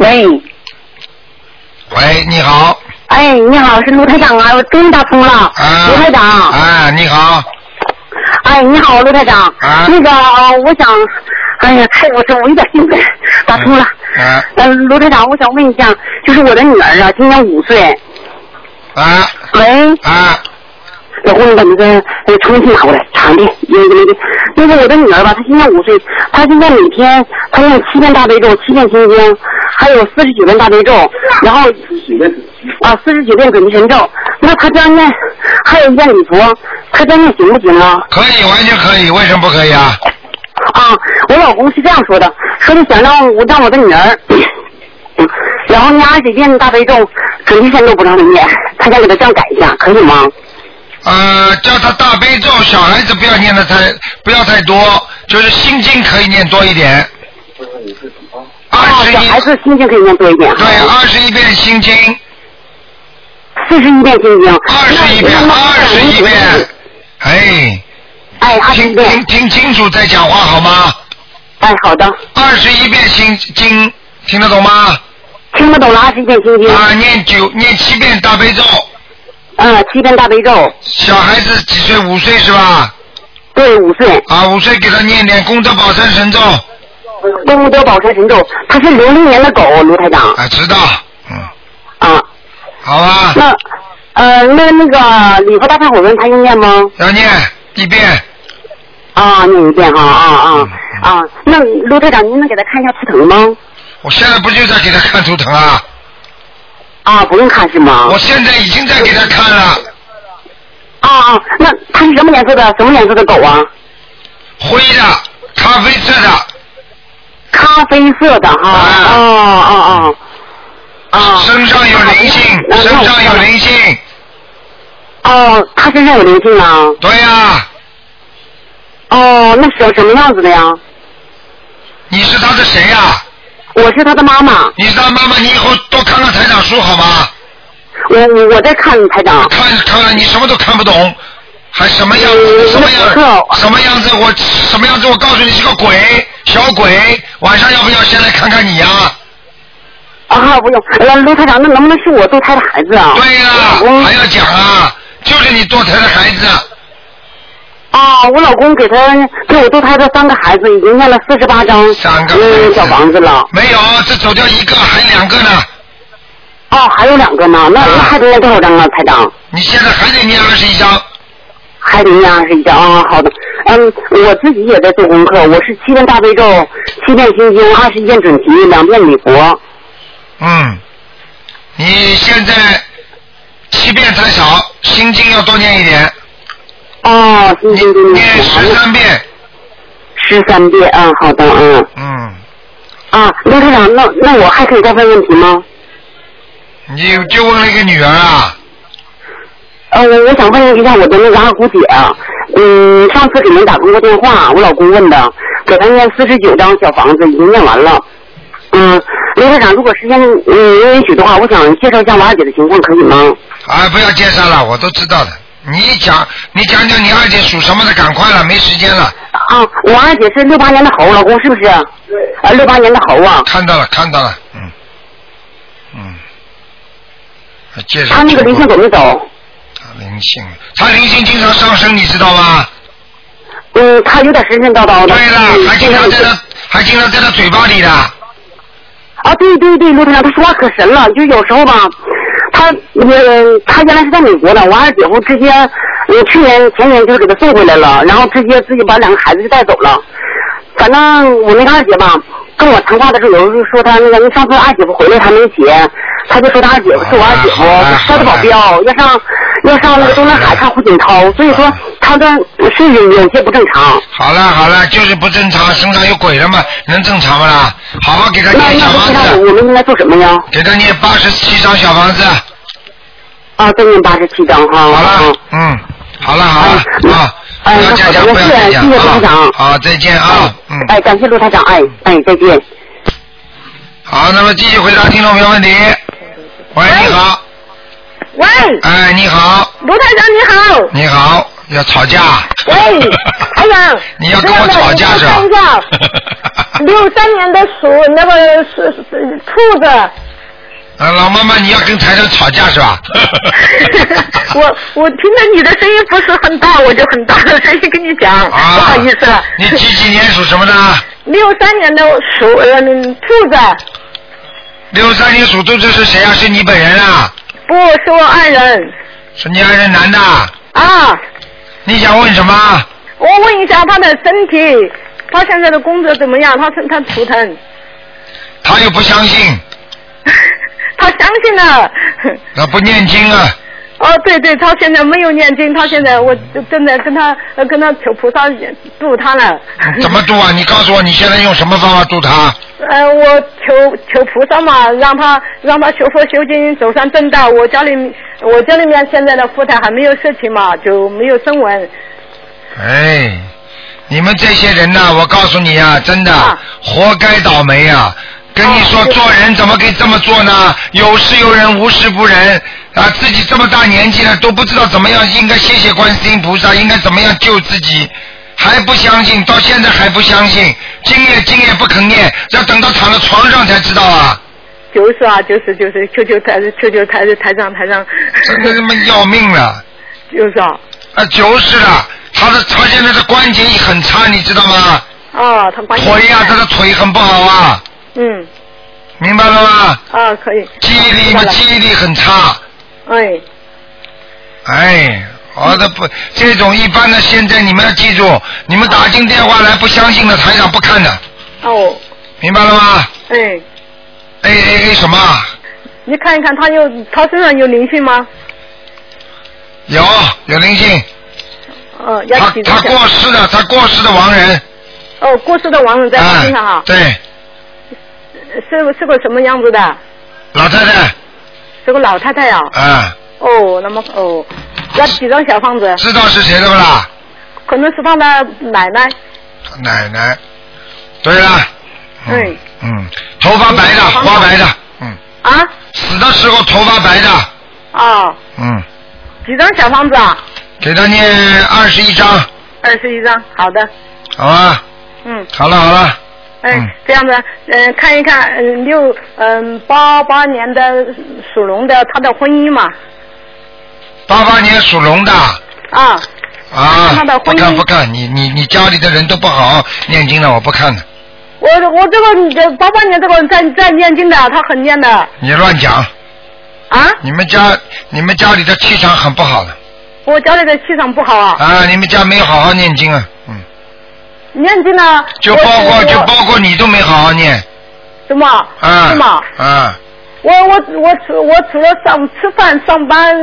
S10: 喂，
S1: 喂，你好，
S10: 哎，你好，是卢台长啊，我终于打通了。
S1: 啊，
S10: 卢台长，
S1: 啊，你好，
S10: 哎，你好，卢台长。
S1: 啊
S10: 那个，呃我想，哎呀，太我这我有点兴奋，打通了。
S1: 啊
S10: 嗯、卢台长，我想问一下，就是我的女儿啊，今年五岁。
S1: 啊
S10: 喂，
S1: 啊，
S10: 老公，你把那个呃重新拿过来，长的，那个那个，那个我的女儿吧，她今年五岁，她现在每天她念七遍大悲咒，七遍心经，还有四十九遍大悲咒，然后啊四十九遍准提神咒，那她这样念，还有一遍礼佛，她这样念行不行啊？
S1: 可以，完全可以，为什么不可以啊？
S10: 啊，我老公是这样说的，说是想让我让我的女儿，嗯然后念二十遍大悲咒，准提神咒不让她念，他想给她这样改一下，可以吗？
S1: 呃，叫他大悲咒，小孩子不要念的太不要太多，就是心经可以念多一点。
S10: 啊，小孩子心情可以念多一点。
S1: 对，二十一遍心经，
S10: 四十一遍心经。
S1: 二十一遍，二十一遍。哎。
S10: 哎，二十一遍。
S1: 听听清楚再讲话好吗？
S10: 哎，好的。
S1: 二十一遍心经，听得懂吗？
S10: 听不懂了，二十一遍心经。
S1: 啊，念九念七遍大悲咒。
S10: 嗯，七遍大悲咒。
S1: 小孩子几岁？五岁是吧？
S10: 对，五岁。
S1: 啊，五岁给他念点功德宝山神咒。
S10: 功德宝山神咒，他是零零年的狗，卢台长。
S1: 啊，知道，嗯。
S10: 啊。
S1: 好吧。
S10: 那呃，那那个礼佛大忏悔文，他应念吗？
S1: 要念一遍。
S10: 啊，念一遍啊啊啊啊！那卢台长，您能给他看一下图腾吗？
S1: 我现在不就在给他看图腾啊？
S10: 啊，不用看是吗？
S1: 我现在已经在给他看了。
S10: 啊啊，那它是什么颜色的？什么颜色的狗啊？
S1: 灰的，咖啡色的。啊
S10: 咖啡色的哈。哦哦哦。啊。呃
S1: 身上有灵性，身上有灵性。
S10: 哦，它身上有灵性啊。
S1: 对呀。
S10: 哦，那什什么样子的呀？
S1: 你是他的谁呀？
S10: 我是他的妈妈。
S1: 你是他妈妈，你以后多看看台长书好吗？
S10: 我我我在看台长。
S1: 看看了，你什么都看不懂，还什么样
S10: 嗯
S1: 子？什么样？什么样子？我什么样子？我告诉你是个鬼，小鬼。晚上要不要先来看看你呀、
S10: 啊，不用。哎呀，卢台长，那能不能是我堕胎的孩子啊？
S1: 对呀、还要讲啊，就是你堕胎的孩子，
S10: 啊，我老公给他给我堕胎的三个孩子已经念了四十八章
S1: 三个
S10: 嗯小房子了。
S1: 没有，这走掉一个，还有两个呢。
S10: 哦，还有两个呢，那那还得念多少章啊，台长？
S1: 你现在还得念二十一章。
S10: 还得念二十一章啊，好的。嗯，我自己也在做功课，我是七遍大悲咒，七遍心经，二十一遍准提，两遍礼佛。
S1: 嗯，你现在七遍太少，心经要多念一点，
S10: 哦，心经经念
S1: 十三遍。
S10: 十三遍，嗯，好的，嗯。
S1: 嗯。
S10: 啊，卢台长，那那我还可以再问问题吗？
S1: 你就问了一个女儿啊，
S10: 呃，我我想问一下我的那个二姑姐，啊嗯，上次给您打通过电话，我老公问的，给她念四十九张小房子，已经念完了。嗯，刘科长，如果时间嗯允许的话，我想介绍一下我二姐的情况，可以吗？
S1: 啊，不要介绍了，我都知道的。你一讲，你讲讲你二姐属什么的，赶快了，没时间了。
S10: 啊，我二姐是六八年的猴，老公是不是？对。啊，六八年的猴啊，
S1: 看到了，看到了，嗯，嗯，还介绍。
S10: 她那个灵性走没走？
S1: 灵性，他灵性经常上升，你知道吗？
S10: 嗯，她有点神神叨叨的。
S1: 对了，还经常在他，还经常在他嘴巴里的。
S10: 啊，对对对，陆队长，他说话可神了，就有时候吧，他呃，他原来是在美国的，我二姐夫直接，呃，去年前年就给他送回来了，然后直接自己把两个孩子就带走了。反正我那个二姐吧，跟我谈话的时候，有时候就说她那个，那上次二姐夫回来她没写，她就说她二姐夫是我二姐夫，是她的保镖，要上要上那个中南海看胡锦涛，所以说她的是有有些不正常。
S1: 好了好了，就是不正常，身上有鬼了嘛，能正常吗啦？好好给他
S10: 那啊
S1: 念
S10: 那
S1: 小
S10: 不
S1: 房
S10: 知道
S1: 子，
S10: 我们应该做什么呀？
S1: 给他念八十七张小房子。
S10: 啊，再念八十七章哈。好了。
S1: 嗯，好了好了啊，不
S10: 哎，
S1: 要
S10: 那
S1: 再
S10: 好
S1: 讲，
S10: 的，
S1: 不
S10: 那
S1: 要
S10: 谢
S1: 再
S10: 谢
S1: 讲
S10: 谢卢台
S1: 啊
S10: 长。。
S1: 好，再见啊，嗯，
S10: 哎，感谢卢台长，哎哎，再见。
S1: 好，那么继续回答听众朋友问题。喂，你好，
S2: 喂，
S1: 哎，你好，
S2: 卢台长你好。
S1: 你好，要吵架？
S2: 喂，台长。
S1: 你要跟我吵架是吧
S2: 我看一下，六三年的属那个是是兔 子，
S1: 啊，老妈妈，你要跟台长吵架是吧？
S2: 我我听着你的声音不是很大，我就很大的声音跟你讲，不好意思。
S1: 你几几年属啊 什么的？
S2: 六三年的属呃兔子，
S1: 六三年属兔子是谁啊？是你本人啊？
S2: 不是我爱人
S1: 是你爱人男的？
S2: 啊。
S1: 你想问什么？
S2: 我问一下他的身体，他现在的工作怎么样？他他图腾，
S1: 他又不相信，
S2: 他相信了。
S1: 那不念经啊？
S2: 哦，对对，他现在没有念经，他现在我就正在跟他呃跟他求菩萨度他了。
S1: 怎么度啊？你告诉我你现在用什么方法度他？
S2: 呃
S11: 呃，我求求菩萨嘛，让他让他学佛修经，走上正道。我家里我家里面现在的佛台还没有事情嘛，就没有声闻。
S1: 哎，你们这些人呐、我告诉你啊，真的、活该倒霉啊！跟你说，做人怎么可以这么做呢？有事有人，无事不人啊！自己这么大年纪了，都不知道怎么样，应该谢谢观世音菩萨，应该怎么样救自己，还不相信，到现在还不相信，经也经也不肯念，要等到躺到床上才知道啊！
S11: 就是啊，就是就是，求求台求求台台长台长。
S1: 真的他妈要命了！
S11: 就是啊。
S1: 啊，就是了，他的他现在的关节很差，你知道吗？
S11: 啊，他关
S1: 腿呀、他的腿很不好啊，
S11: 嗯
S1: 明白了吗？
S11: 啊，可以。
S1: 记忆力嘛，记忆力很差。
S11: 哎，
S1: 哎，好的不，这种一般的，现在你们要记住，你们打进电话来不相信的，台长不看的，
S11: 哦，
S1: 明白了吗
S11: 哎，
S1: ？A A A 什么啊？
S11: 你看一看他有他身上有灵性吗？
S1: 有有灵性，
S11: 呃，要
S1: 他
S11: 几张
S1: 他
S11: 小
S1: 过世的，他过世的亡人，
S11: 哦，过世的亡人在他身上啊，
S1: 对，
S11: 是是个什么样子的？
S1: 老太太，
S11: 是个老太太啊。
S1: 啊，
S11: 哦，那么哦，要几张小房子？
S1: 知道是谁了不啦？
S11: 可能是他的奶奶。
S1: 奶奶。对了，
S11: 对。
S1: 嗯，头发白的，花白的，嗯，
S11: 啊
S1: 死的时候头发白的，
S11: 啊，
S1: 嗯，
S11: 几张小房子啊？
S1: 给他念二十一章，
S11: 二十一张，好的，
S1: 好吧？
S11: 嗯，
S1: 好了好了，
S11: 哎，这样子，嗯、看一看，嗯、六，嗯、八八年的属龙的他的婚姻嘛，
S1: 八八年属龙的
S11: 啊，
S1: 啊
S11: 看他的，
S1: 不
S11: 婚姻
S1: 看不看，你你你家里的人都不好好念经了，我不看了，
S11: 我我这个这八八年这个人在在念经的，他很念的，
S1: 你乱讲。
S11: 啊？
S1: 你们家你们家里的气场很不好了
S11: 我家里的气场不好啊，
S1: 啊，你们家没有好好念经啊，嗯，
S11: 念经呢，
S1: 就
S11: 我
S1: 包括
S11: 我
S1: 就包括你都没好好念
S11: 什么
S1: 啊，
S11: 是吗？
S1: 啊，
S11: 我我我除我除了上吃饭上班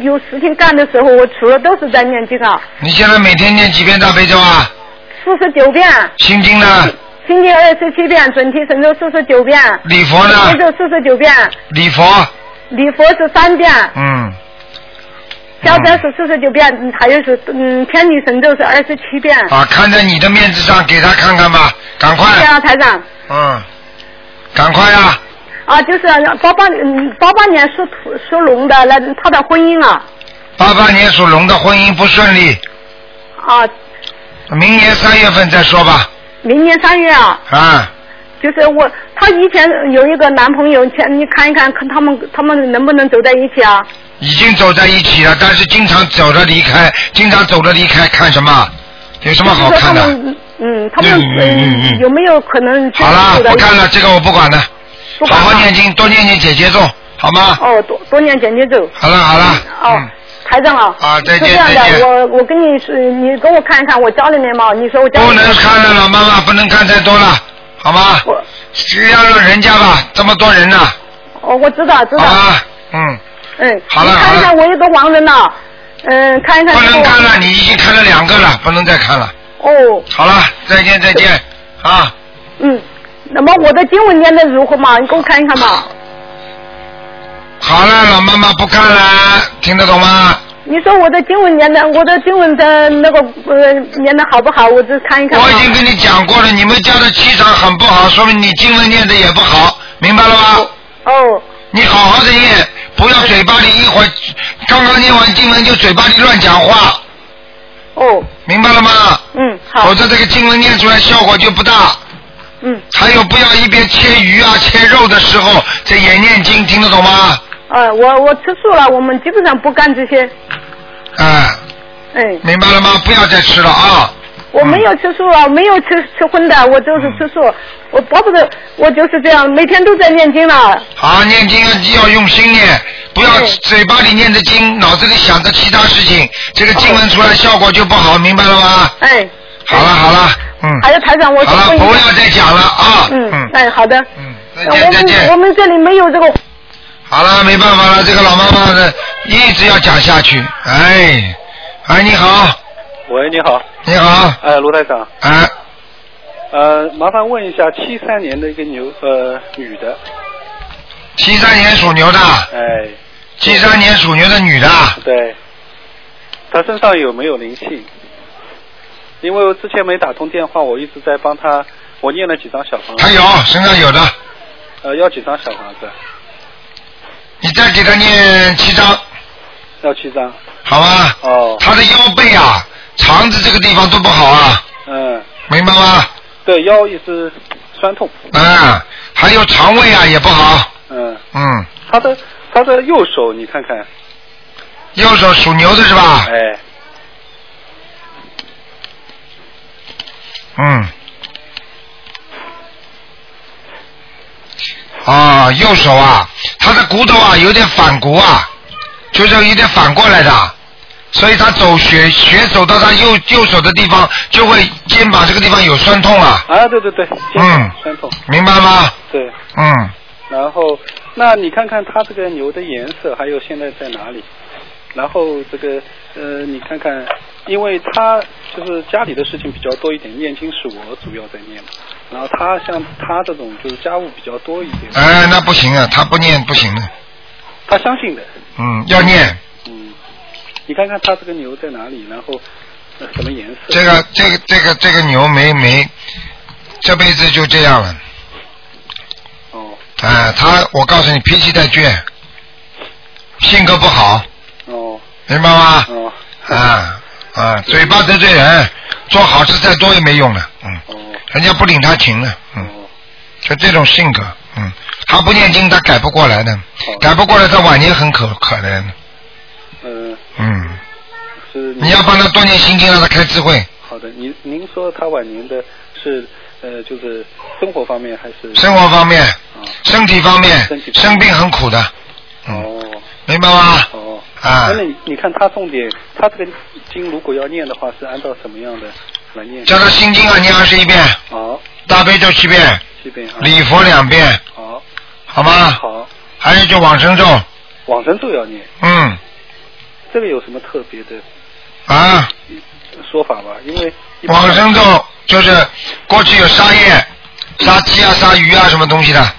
S11: 有事情干的时候，我除了都是在念经啊，
S1: 你现在每天念几遍大悲咒啊？
S11: 四十九遍，
S1: 心经呢？
S11: 心经二十七遍，准提神咒四十九遍，
S1: 礼佛呢
S11: 念咒四十九遍，
S1: 礼佛，
S11: 礼佛是三遍，
S1: 嗯，
S11: 消灾是四十九遍，嗯还有是嗯天女神咒是二十七遍。
S1: 啊，看在你的面子上，给他看看吧，赶快，
S11: 对啊，台长
S1: 嗯，赶快啊，
S11: 啊，就是八八嗯八八年属土属龙的，那他的婚姻啊
S1: 八八年属龙的婚姻不顺利，
S11: 啊，
S1: 明年三月份再说吧，
S11: 明年三月啊，
S1: 啊，
S11: 就是我，她以前有一个男朋友，前你看一看，看他们他们能不能走在一起啊？
S1: 已经走在一起了，但是经常走着离开，经常走着离开，看什么？有什么好看的？
S11: 就是说他们嗯，他们、
S1: 嗯嗯嗯
S11: 有没有可能
S1: 好啦，不看了，这个我不管了，
S11: 不
S1: 好好念经，多念念姐姐咒，好吗？
S11: 哦，多多念简介走。
S1: 好了好了，
S11: 哦，台长啊，
S1: 啊再见
S11: 是这样
S1: 再见
S11: 的，我我跟你说，你给我看一看我家里面嘛，你说我家里面
S1: 不能看了，老妈妈不能看太多了，好吗？只要让人家吧，这么多人呢、
S11: 哦，我知道知道，
S1: 嗯，
S11: 嗯，
S1: 好了
S11: 你看一看我有个亡人呐，嗯，看一看
S1: 不
S11: 这个
S1: 能看了，你已经看了两个了，不能再看了。
S11: 哦，
S1: 好了，再见再见啊！
S11: 嗯，那么我的经文念的如何嘛？你给我看一看嘛。
S1: 好了，老妈妈不看了，听得懂吗？
S11: 你说我的经文念的，我的经文的那个呃念的好不好？我只看一看嘛。
S1: 我已经跟你讲过了，你们家的气场很不好，说明你经文念的也不好，明白了吗？
S11: 哦。
S1: 你好好的念，不要嘴巴里一会儿刚刚念完经文就嘴巴里乱讲话。
S11: 哦。
S1: 明白了吗？
S11: 嗯，
S1: 好。否则这个经文念出来效果就不大。
S11: 嗯。
S1: 还有，不要一边切鱼啊、切肉的时候这也念经，听得懂吗？
S11: 呃，我我吃素了，我们基本上不干这些。
S1: 哎，
S11: 嗯，
S1: 明白了吗？不要再吃了啊！
S11: 我没有吃素
S1: 嗯
S11: 啊，没有吃吃荤的，我就是吃素。我巴不得我就是这样，每天都在念经了。
S1: 好，念经要要用心念，不要嘴巴里念着经，脑子里想着其他事情，这个经文出来效果就不好，明白了吗？
S11: 哎。
S1: 好了好了，嗯。
S11: 还有台长，我
S1: 好了，
S11: 问一下
S1: 不要再讲了啊！
S11: 嗯，哎，好的。嗯，
S1: 再见再见
S11: 我们我们这里没有这个。
S1: 好了，没办法了，这个老妈妈的一直要讲下去。哎，哎，你好，啊
S12: 喂，你好。
S1: 你好，
S12: 哎，卢台长。
S1: 哎，
S12: 呃，麻烦问一下，七三年的一个牛呃女的，
S1: 七三年属牛的，
S12: 哎，
S1: 七三年属牛的女的，啊
S12: 对，她身上有没有灵性？因为我之前没打通电话，我一直在帮她，我念了几张小房子。
S1: 她有身上有的，
S12: 呃，要几张小房子？
S1: 你再给她念七张，
S12: 要七张。
S1: 好吧？
S12: 哦。
S1: 她的腰背啊、肠子这个地方都不好啊，
S12: 嗯，
S1: 明白吗？
S12: 对，腰一直酸痛。
S1: 嗯，还有肠胃啊也不好，
S12: 嗯，
S1: 嗯，
S12: 她的她的右手，你看看。
S1: 右手属牛的是吧？
S12: 哎，
S1: 嗯。啊，右手啊，他的骨头啊有点反骨啊，就是有点反过来的，所以他走血血走到他右右手的地方，就会肩膀这个地方有酸痛啊，
S12: 啊，对对对，
S1: 嗯，
S12: 酸痛。
S1: 明白吗？
S12: 对，
S1: 嗯，
S12: 然后，那你看看它这个牛的颜色，还有现在在哪里？然后这个呃，你看看，因为他就是家里的事情比较多一点，念经是我主要在念的。然后他像他这种就是家务比较多一点，
S1: 哎，那不行啊，他不念不行的，
S12: 他相信的。嗯
S1: 嗯，要念
S12: 你看看他这个牛在哪里，然后、呃、什么颜色？
S1: 这个这个这个这个牛没没，这辈子就这样了。
S12: 哦。
S1: 哎，他我告诉你，脾气太倔，性格不好。
S12: 哦。
S1: 明白吗？
S12: 哦。
S1: 啊啊，嘴巴得罪人，做好事再多也没用了，嗯。
S12: 哦
S1: 人家不领他情了，嗯。就这种性格，嗯，他不念经，他改不过来的，
S12: 哦
S1: 改不过来，他晚年很可可怜的，
S12: 呃，
S1: 嗯。
S12: 是
S1: 你要帮他多念心经，让他开智慧，
S12: 好的，您您说他晚年的是呃，就是生活方面还是
S1: 生活方面、身体方面
S12: 嗯身体、方面
S1: 生病很苦的，嗯
S12: 哦，
S1: 明白吗？
S12: 哦，
S1: 啊
S12: 那你你看他重点，他这个经如果要念的话，是按照什么样的来念？
S1: 叫他心经啊念21遍
S12: 好，
S1: 大悲咒七遍，
S12: 七遍啊。
S1: 礼佛两遍，
S12: 好，
S1: 好吗？
S12: 好，
S1: 还有就往生咒，
S12: 往生咒要念，
S1: 嗯
S12: 这个有什么特别的
S1: 啊，
S12: 说法吗？因为一般
S1: 往生咒就是过去有杀业、杀鸡啊、杀鱼啊什么东西的，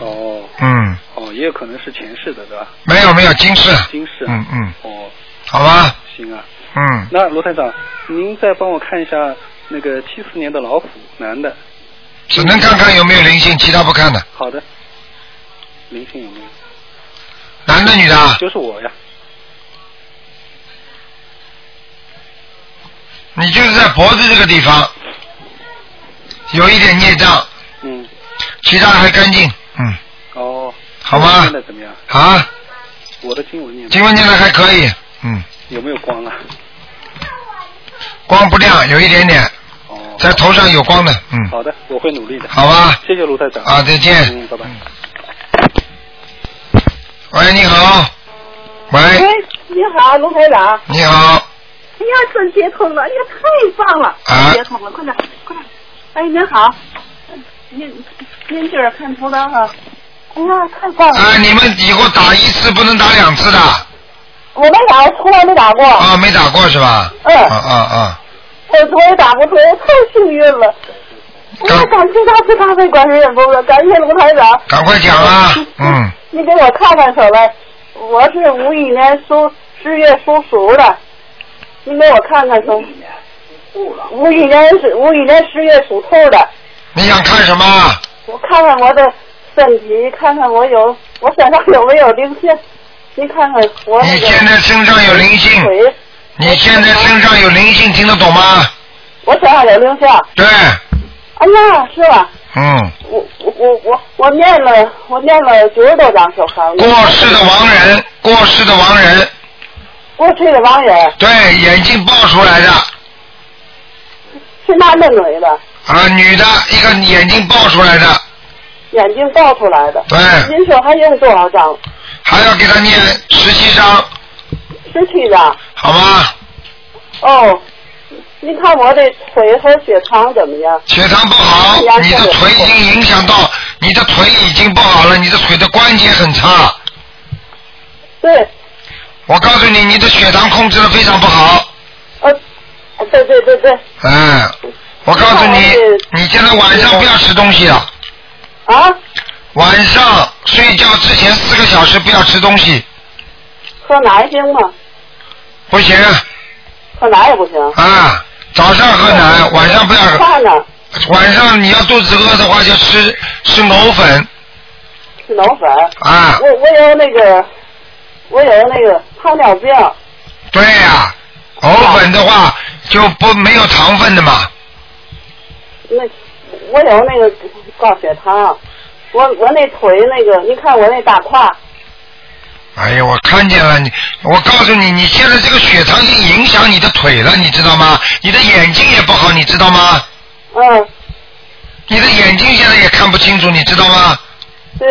S12: 哦
S1: 嗯，
S12: 哦，也有可能是前世的，对吧？
S1: 没有没有今世，
S12: 今世啊，
S1: 嗯嗯，
S12: 哦，
S1: 好吧，
S12: 行啊。
S1: 嗯，
S12: 那罗台长，您再帮我看一下那个七四年的老虎，男的。
S1: 只能看看有没有灵性，其他不看的，
S12: 好的。灵性有没有？
S1: 男的女的啊，
S12: 就是我呀。
S1: 你就是在脖子这个地方有一点孽障，
S12: 嗯，
S1: 其他还干净，嗯，
S12: 哦。
S1: 好吗
S12: 我念的怎么样？
S1: 啊，
S12: 我的经文念的。
S1: 经文念的还可以，
S12: 有没有光啊？
S1: 光不亮，有一点点，
S12: 哦
S1: 在头上有光的，嗯，
S12: 好的，我会努力的。
S1: 好吧
S12: 谢谢卢台长。
S1: 啊再见
S12: 嗯，拜拜。
S1: 喂，你好，喂，
S13: 喂，你好，卢台长。
S1: 你好，
S13: 哎呀，真接通了！哎呀，太棒了！
S1: 啊
S13: 接通了，快点，快点！哎，您好，您您这儿看图档啊？哎呀，太棒 了！
S1: 啊，你们以后打一次不能打两次的。
S13: 我没打，从来没打过。
S1: 啊，没打过是吧？
S13: 嗯
S1: 啊啊啊！
S13: 我从来打过，我太幸运了。哎呀，感谢大慈大悲观世音菩萨，感谢卢台长。
S1: 赶快讲啊！嗯，
S13: 你给我看看手来，我是五一年属十月属鼠的，你给我看看手。五一年是五一年十月属兔的，
S1: 你想看什么？
S13: 我看看我的身体，看看我有我身上有没有灵性，你看看我、那个。
S1: 你现在身上有灵性
S13: 腿
S1: 你现在身上有灵性，听得懂吗？
S13: 我身上有灵性。
S1: 对，
S13: 哎呀，是吧？
S1: 嗯，
S13: 我我我我我念了我念了九十多张小房子。
S1: 过世的亡人，过世的亡人，
S13: 过去的亡人
S1: 对，眼睛爆出来的
S13: 是男的女的？
S1: 啊，女的，一个眼睛爆出来的，
S13: 眼睛爆出来的。
S1: 对
S13: 您说还用多少张？
S1: 还要给他念十七章，
S13: 十七张。
S1: 好吗？
S13: 哦，你看我的腿和血糖怎么样？
S1: 血糖不好
S13: 哎呀，
S1: 你的腿已经影响到你的腿已经不好了，你的腿的关节很差。
S13: 对。
S1: 我告诉你，你的血糖控制的非常不好。
S13: 哎对对对对，
S1: 哎嗯，我告诉你，你现在晚上不要吃东西了。
S13: 啊？
S1: 晚上睡觉之前四个小时不要吃东西，
S13: 喝奶行吗？
S1: 不行
S13: 喝奶也不行。
S1: 啊！早上喝奶，晚上不要。
S13: 饭呢？
S1: 晚上你要肚子饿的话，就吃吃藕粉。
S13: 吃脑粉。
S1: 啊。
S13: 我我有那个，我有那个糖尿病。
S1: 对呀、藕粉的话就不没有糖分的嘛。
S13: 那我有那个高血糖，啊我我那腿那个，你看我那大胯，
S1: 哎呀，我看见了你，我告诉你，你现在这个血糖已经影响你的腿了，你知道吗？你的眼睛也不好，你知道吗？
S13: 嗯。
S1: 你的眼睛现在也看不清楚，你知道吗？
S13: 对。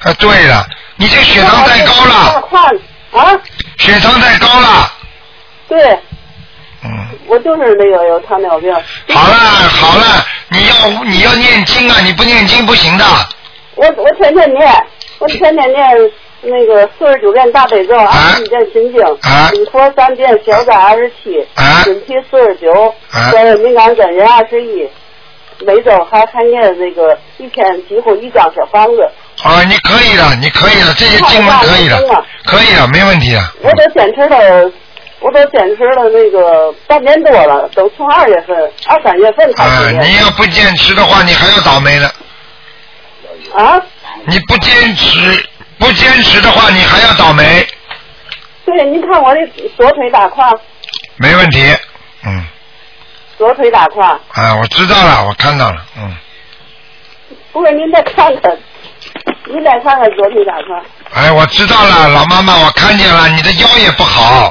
S1: 啊，对了，你这血糖太高了。
S13: 大胯啊。
S1: 血糖太高了。
S13: 对。嗯。我就是那个有糖尿病。
S1: 好了好了，你要你要念经啊，你不念经不行的。
S13: 我我天天念，我天天念那个四十九遍大悲咒，
S1: 啊
S13: 二十一遍心经，礼佛三遍，小灾二十七，
S1: 啊
S13: 准提四十九，呃，敏感真人二十一。每周还还念那个一天几乎一张小房子，
S1: 啊，你可以了，你可以了，这些经文可以了，可以了，没问题了。
S13: 我都坚持了，我都坚持了那个半年多了，都从二月份、二三月份开始
S1: 啊，你要不坚持的话，你还要倒霉了。
S13: 啊？
S1: 你不坚持，不坚持的话，你还要倒霉，
S13: 对，您看我这左腿打胯，
S1: 没问题。
S13: 左腿打胯，
S1: 啊，我知道了，我看到了，嗯，
S13: 不是您再看看，您再看看左腿打胯，
S1: 哎，我知道了，老妈妈，我看见了，你的腰也不好，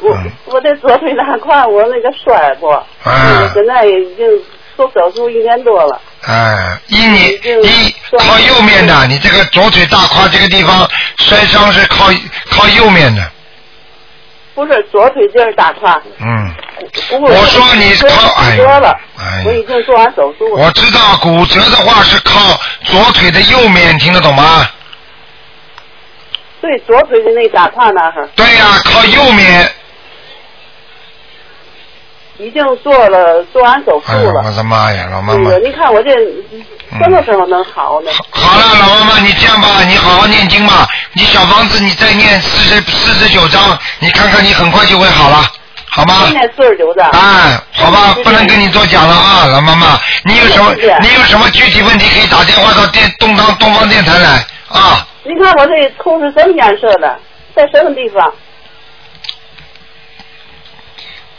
S1: 哦嗯
S13: 我这左腿打胯，我那个摔过，
S1: 啊
S13: 我现在已经做手术一年多了，
S1: 哎，一你一靠右面的，你这个左腿大胯这个地方摔伤是靠靠右面的，
S13: 不是左腿就是打胯，
S1: 嗯，
S13: 不过我说你靠哎了，我已经做完手术了，
S1: 我知道骨折的话是靠左腿的右面，听得懂吗？
S13: 对左腿的那打胯那儿
S1: 对呀、靠右面，
S13: 已经做了做完手术
S1: 哎呀，
S13: 了。
S1: 我的妈呀，老妈
S13: 那
S1: 妈嗯
S13: 个，，你看我这什么时候能好呢？
S1: 好了，老妈妈，你这样吧，你好好念经吧，你小房子你再念四十四十九章，你看看你很快就会好了，好吗？
S13: 今年四十九的。嗯
S1: 哎，好吧，不能跟你多讲了啊，老妈妈，你有什么
S13: 谢谢
S1: 你有什么具体问题可以打电话到电东方东方电台来啊。
S13: 你看我这头是什么颜色的，在什么地方？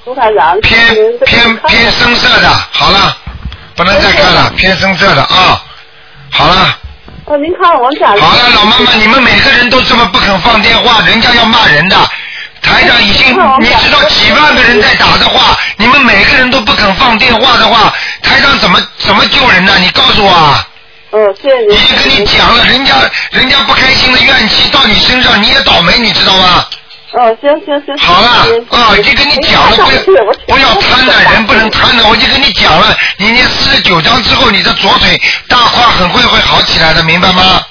S13: 卢台长，偏偏
S1: 偏深色的，啊好了，不能再看了，偏深色的啊。好了，
S13: 哦，您看我们家。
S1: 好了，老妈妈，你们每个人都这么不肯放电话，人家要骂人的。台长已经，你知道几万个人在打的话，你们每个人都不肯放电话的话，台长怎么怎么救人呢？你告诉我啊。
S13: 嗯，谢谢您。
S1: 已经跟你讲了，人家人家不开心的怨气到你身上，你也倒霉，你知道吗？
S13: 哦，行行行。
S1: 好了，啊，已经跟你讲了，
S13: 哎
S1: 不要不要贪婪，人不能贪婪。我已经跟你讲了，你念四十九章之后，你的左腿大胯很快会好起来的，明白吗？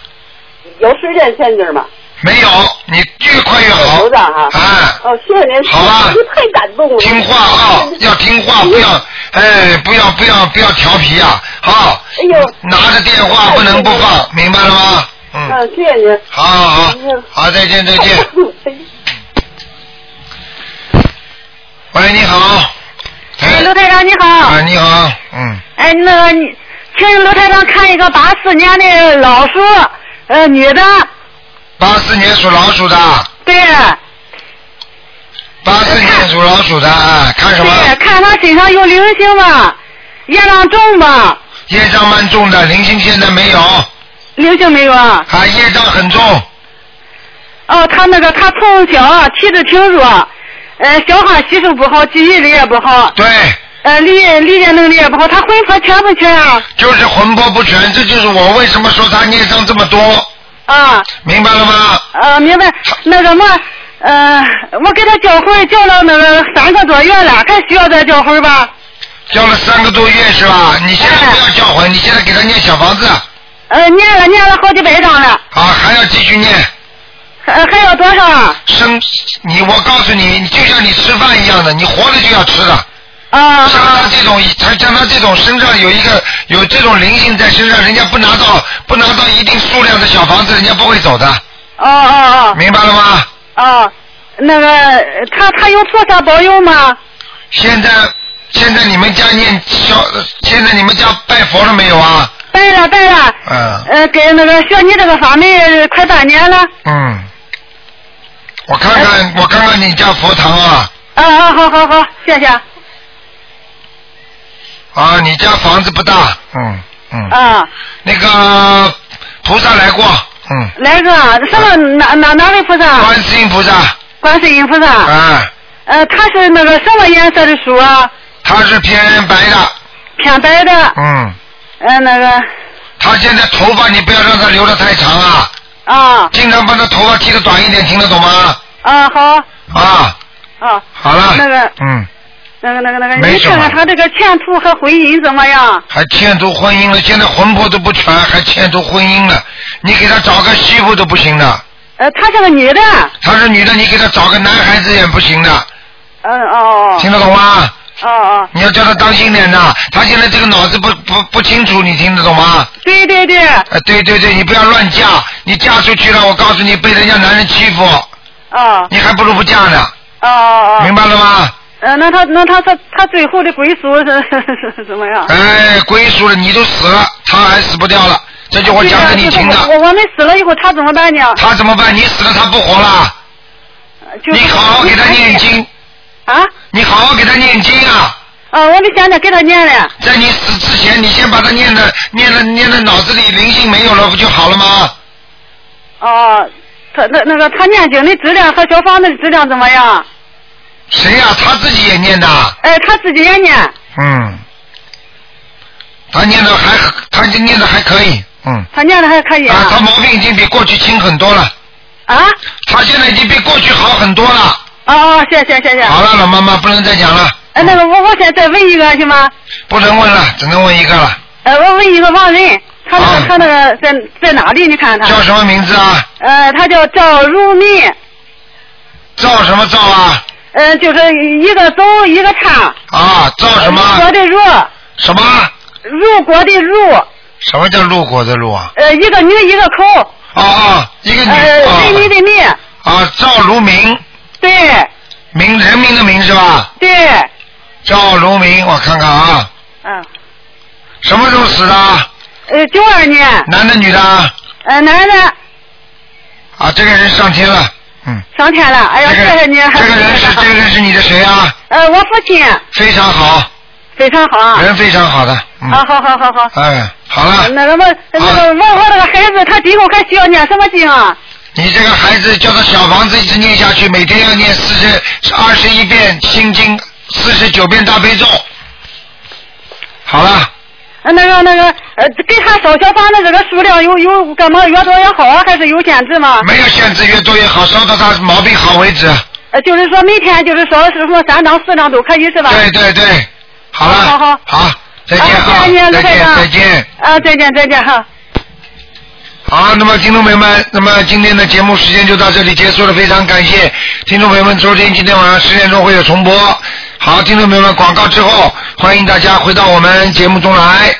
S13: 有时间限制吗？
S1: 没有，你越快越好。
S13: 组长哈。
S1: 啊。
S13: 哦，谢谢您。好啊。您太感动了。
S1: 听话啊，要听话，不要哎，不要不要不要调皮啊，好。
S13: 哎呦。哎
S1: 拿着电话不能不放，明白了吗？嗯。
S13: 嗯，谢谢您。
S1: 好好好，好，再见再见。喂，你好。
S14: 哎，罗台长你好。
S1: 啊，你好，嗯。
S14: 哎，那你请罗台长看一个八四年的老鼠，呃，女的，
S1: 八四年属老鼠的，
S14: 对，
S1: 八四年属老鼠的，啊，看什么？
S2: 哎
S14: 对，看她身上有灵性吧，业障重吧，
S1: 业障蛮重的，灵性现在没有。
S14: 灵性没有啊？
S1: 啊，业障很重。
S14: 哦，她那个她从小啊体质挺弱，呃，消化吸收不好，记忆力也不好。
S1: 对。
S14: 呃，理理解能力也不好，她魂魄全不全啊？
S1: 就是魂魄不全，这就是我为什么说他孽障这么多。
S14: 啊。
S1: 明白了吗？
S14: 呃，明白。那什么，呃，我给他教会教了那个三个多月了，还需要再教会吧？
S1: 教了三个多月是吧？你现在不要叫魂，你现在给他念小房子，啊，
S14: 嗯呃，念了念了好几百张了，
S1: 还要继续念。
S14: 还还有多少啊？
S1: 生，你我告诉你，你就像你吃饭一样的，你活着就要吃的，啊！像他这种，他像他这种身上有一个有这种灵性在身上，人家不拿到不拿到一定数量的小房子，人家不会走的。
S14: 哦哦哦。
S1: 明白了吗？
S14: 哦，那个呃他他有菩萨保佑吗？
S1: 现在现在你们家念小，现在你们家拜佛了没有啊？
S14: 拜了拜了，
S1: 嗯
S14: 呃，给那个学你这个法门呃快半年了。
S1: 嗯，我看看我看看你家佛堂啊
S14: 啊啊，好好好，谢谢。
S1: 啊，你家房子不大，嗯嗯，
S14: 啊，
S1: 那个菩萨来过，嗯，
S14: 来个什么哪哪哪位菩萨？观
S1: 世音菩萨。
S14: 观世音菩萨。
S1: 啊。
S14: 呃，他是那个什么颜色的书啊？
S1: 他是偏白的。
S14: 偏白的，
S1: 嗯，
S14: 呃，那个
S1: 他现在头发你不要让他留的太长啊，
S14: 啊
S1: 经常把他头发剃的短一点，听得懂吗？
S14: 啊好
S1: 啊，
S14: 啊。
S1: 好了，
S14: 那个
S1: 嗯，
S14: 那个那个那个，
S1: 没
S14: 你
S1: 什
S14: 看
S1: 么
S14: 看他这个前途和婚姻怎么样？
S1: 还欠足婚姻了，现在魂魄都不全，还欠足婚姻了，你给他找个媳妇都不行的，
S14: 呃，她是个女的。
S1: 她是女的，你给她找个男孩子也不行的，
S14: 嗯哦哦。
S1: 听得懂吗？
S14: 哦哦，
S1: 你要叫她当心点的，她现在这个脑子不不不清楚，你听得懂吗？
S14: 对对对。
S1: 啊，对对对，你不要乱嫁，你嫁出去了，我告诉你，被人家男人欺负，
S14: 哦
S1: 你还不如不嫁呢，
S14: 哦哦。
S1: 明白了吗？
S14: 呃，那他那他他他最后的归宿是是怎么样？
S1: 哎，归属了，你都死了，他还死不掉了，这句话讲给你听
S14: 对呀就是
S1: 的。
S14: 我我们死了以后，他怎么办呢？
S1: 他怎么办？你死了，他不活了。
S14: 就是、
S1: 你好好给他念经。
S14: 啊？
S1: 你好好给他念经啊！
S14: 啊，我们现在给他念了。
S1: 在你死之前，你先把他念的、念的、念的，脑子里灵性没有了，不就好了吗？
S14: 哦，他那那个他念经的质量和小房子的质量怎么样？
S1: 谁呀、他自己也念的。
S14: 哎，他自己也念。
S1: 嗯。他念的还，他念的还可以，嗯。
S14: 他念的还可以
S1: 啊，他毛病已经比过去轻很多了。
S14: 啊？
S1: 他现在已经比过去好很多了。
S14: 啊啊，谢谢谢谢。
S1: 好了，老妈妈，不能再讲了，
S14: 哎，那个我我现在再问一个行吗？
S1: 不能问了，只能问一个了。
S14: 呃，我问一个亡人，他那个、他那个在在哪里？你看看。
S1: 叫什么名字啊？
S14: 呃，他叫赵如民，
S1: 赵什么赵啊？
S14: 呃，就是一个走一个唱，
S1: 啊，赵什么？
S14: 国的如，
S1: 什么？
S14: 入国的入，
S1: 什么叫路果的路啊？
S14: 呃，一个女一个口，
S1: 啊啊，一个女
S14: 呃，
S1: 啊
S14: 人民的民，
S1: 啊，赵如明，
S14: 对
S1: 明人民的民是吧？
S14: 对，
S1: 赵如明，我看看啊，
S14: 嗯，
S1: 什么时候死的？
S14: 呃，九二年，
S1: 男的女的？
S14: 呃，男的
S1: 啊，这个人上天了，
S14: 上天了，哎呀，谢谢你，这个人
S1: 是这个人是你的谁啊？
S14: 呃，我父亲
S1: 非常好，
S14: 非常好啊，
S1: 人非常好的，嗯，
S14: 啊，好好好好，
S1: 哎，好了，
S14: 啊那什么，那个问我那个孩子，他今后还需要念什么经啊？
S1: 你这个孩子叫他小房子一直念下去，每天要念四十二十一遍心经，四十九遍大悲咒。好了，
S14: 呃那个那个，呃，给他烧小房子这个数量有有干嘛越多越好啊，还是有限制吗？
S1: 没有限制，越多越好，烧到他毛病好为止。
S14: 呃，就是说每天就是烧什么三张四张都可以是吧？
S1: 对对对，好了，
S14: 好好
S1: 好，再见
S14: 好
S1: 啊
S14: 谢谢您，卢台
S1: 再见
S14: 长
S1: 再见。
S14: 啊，再见再见哈。
S1: 好，那么听众朋友们，那么今天的节目时间就到这里结束了，非常感谢听众朋友们收听，今天晚上十点钟会有重播。好，听众朋友们，广告之后，欢迎大家回到我们节目中来。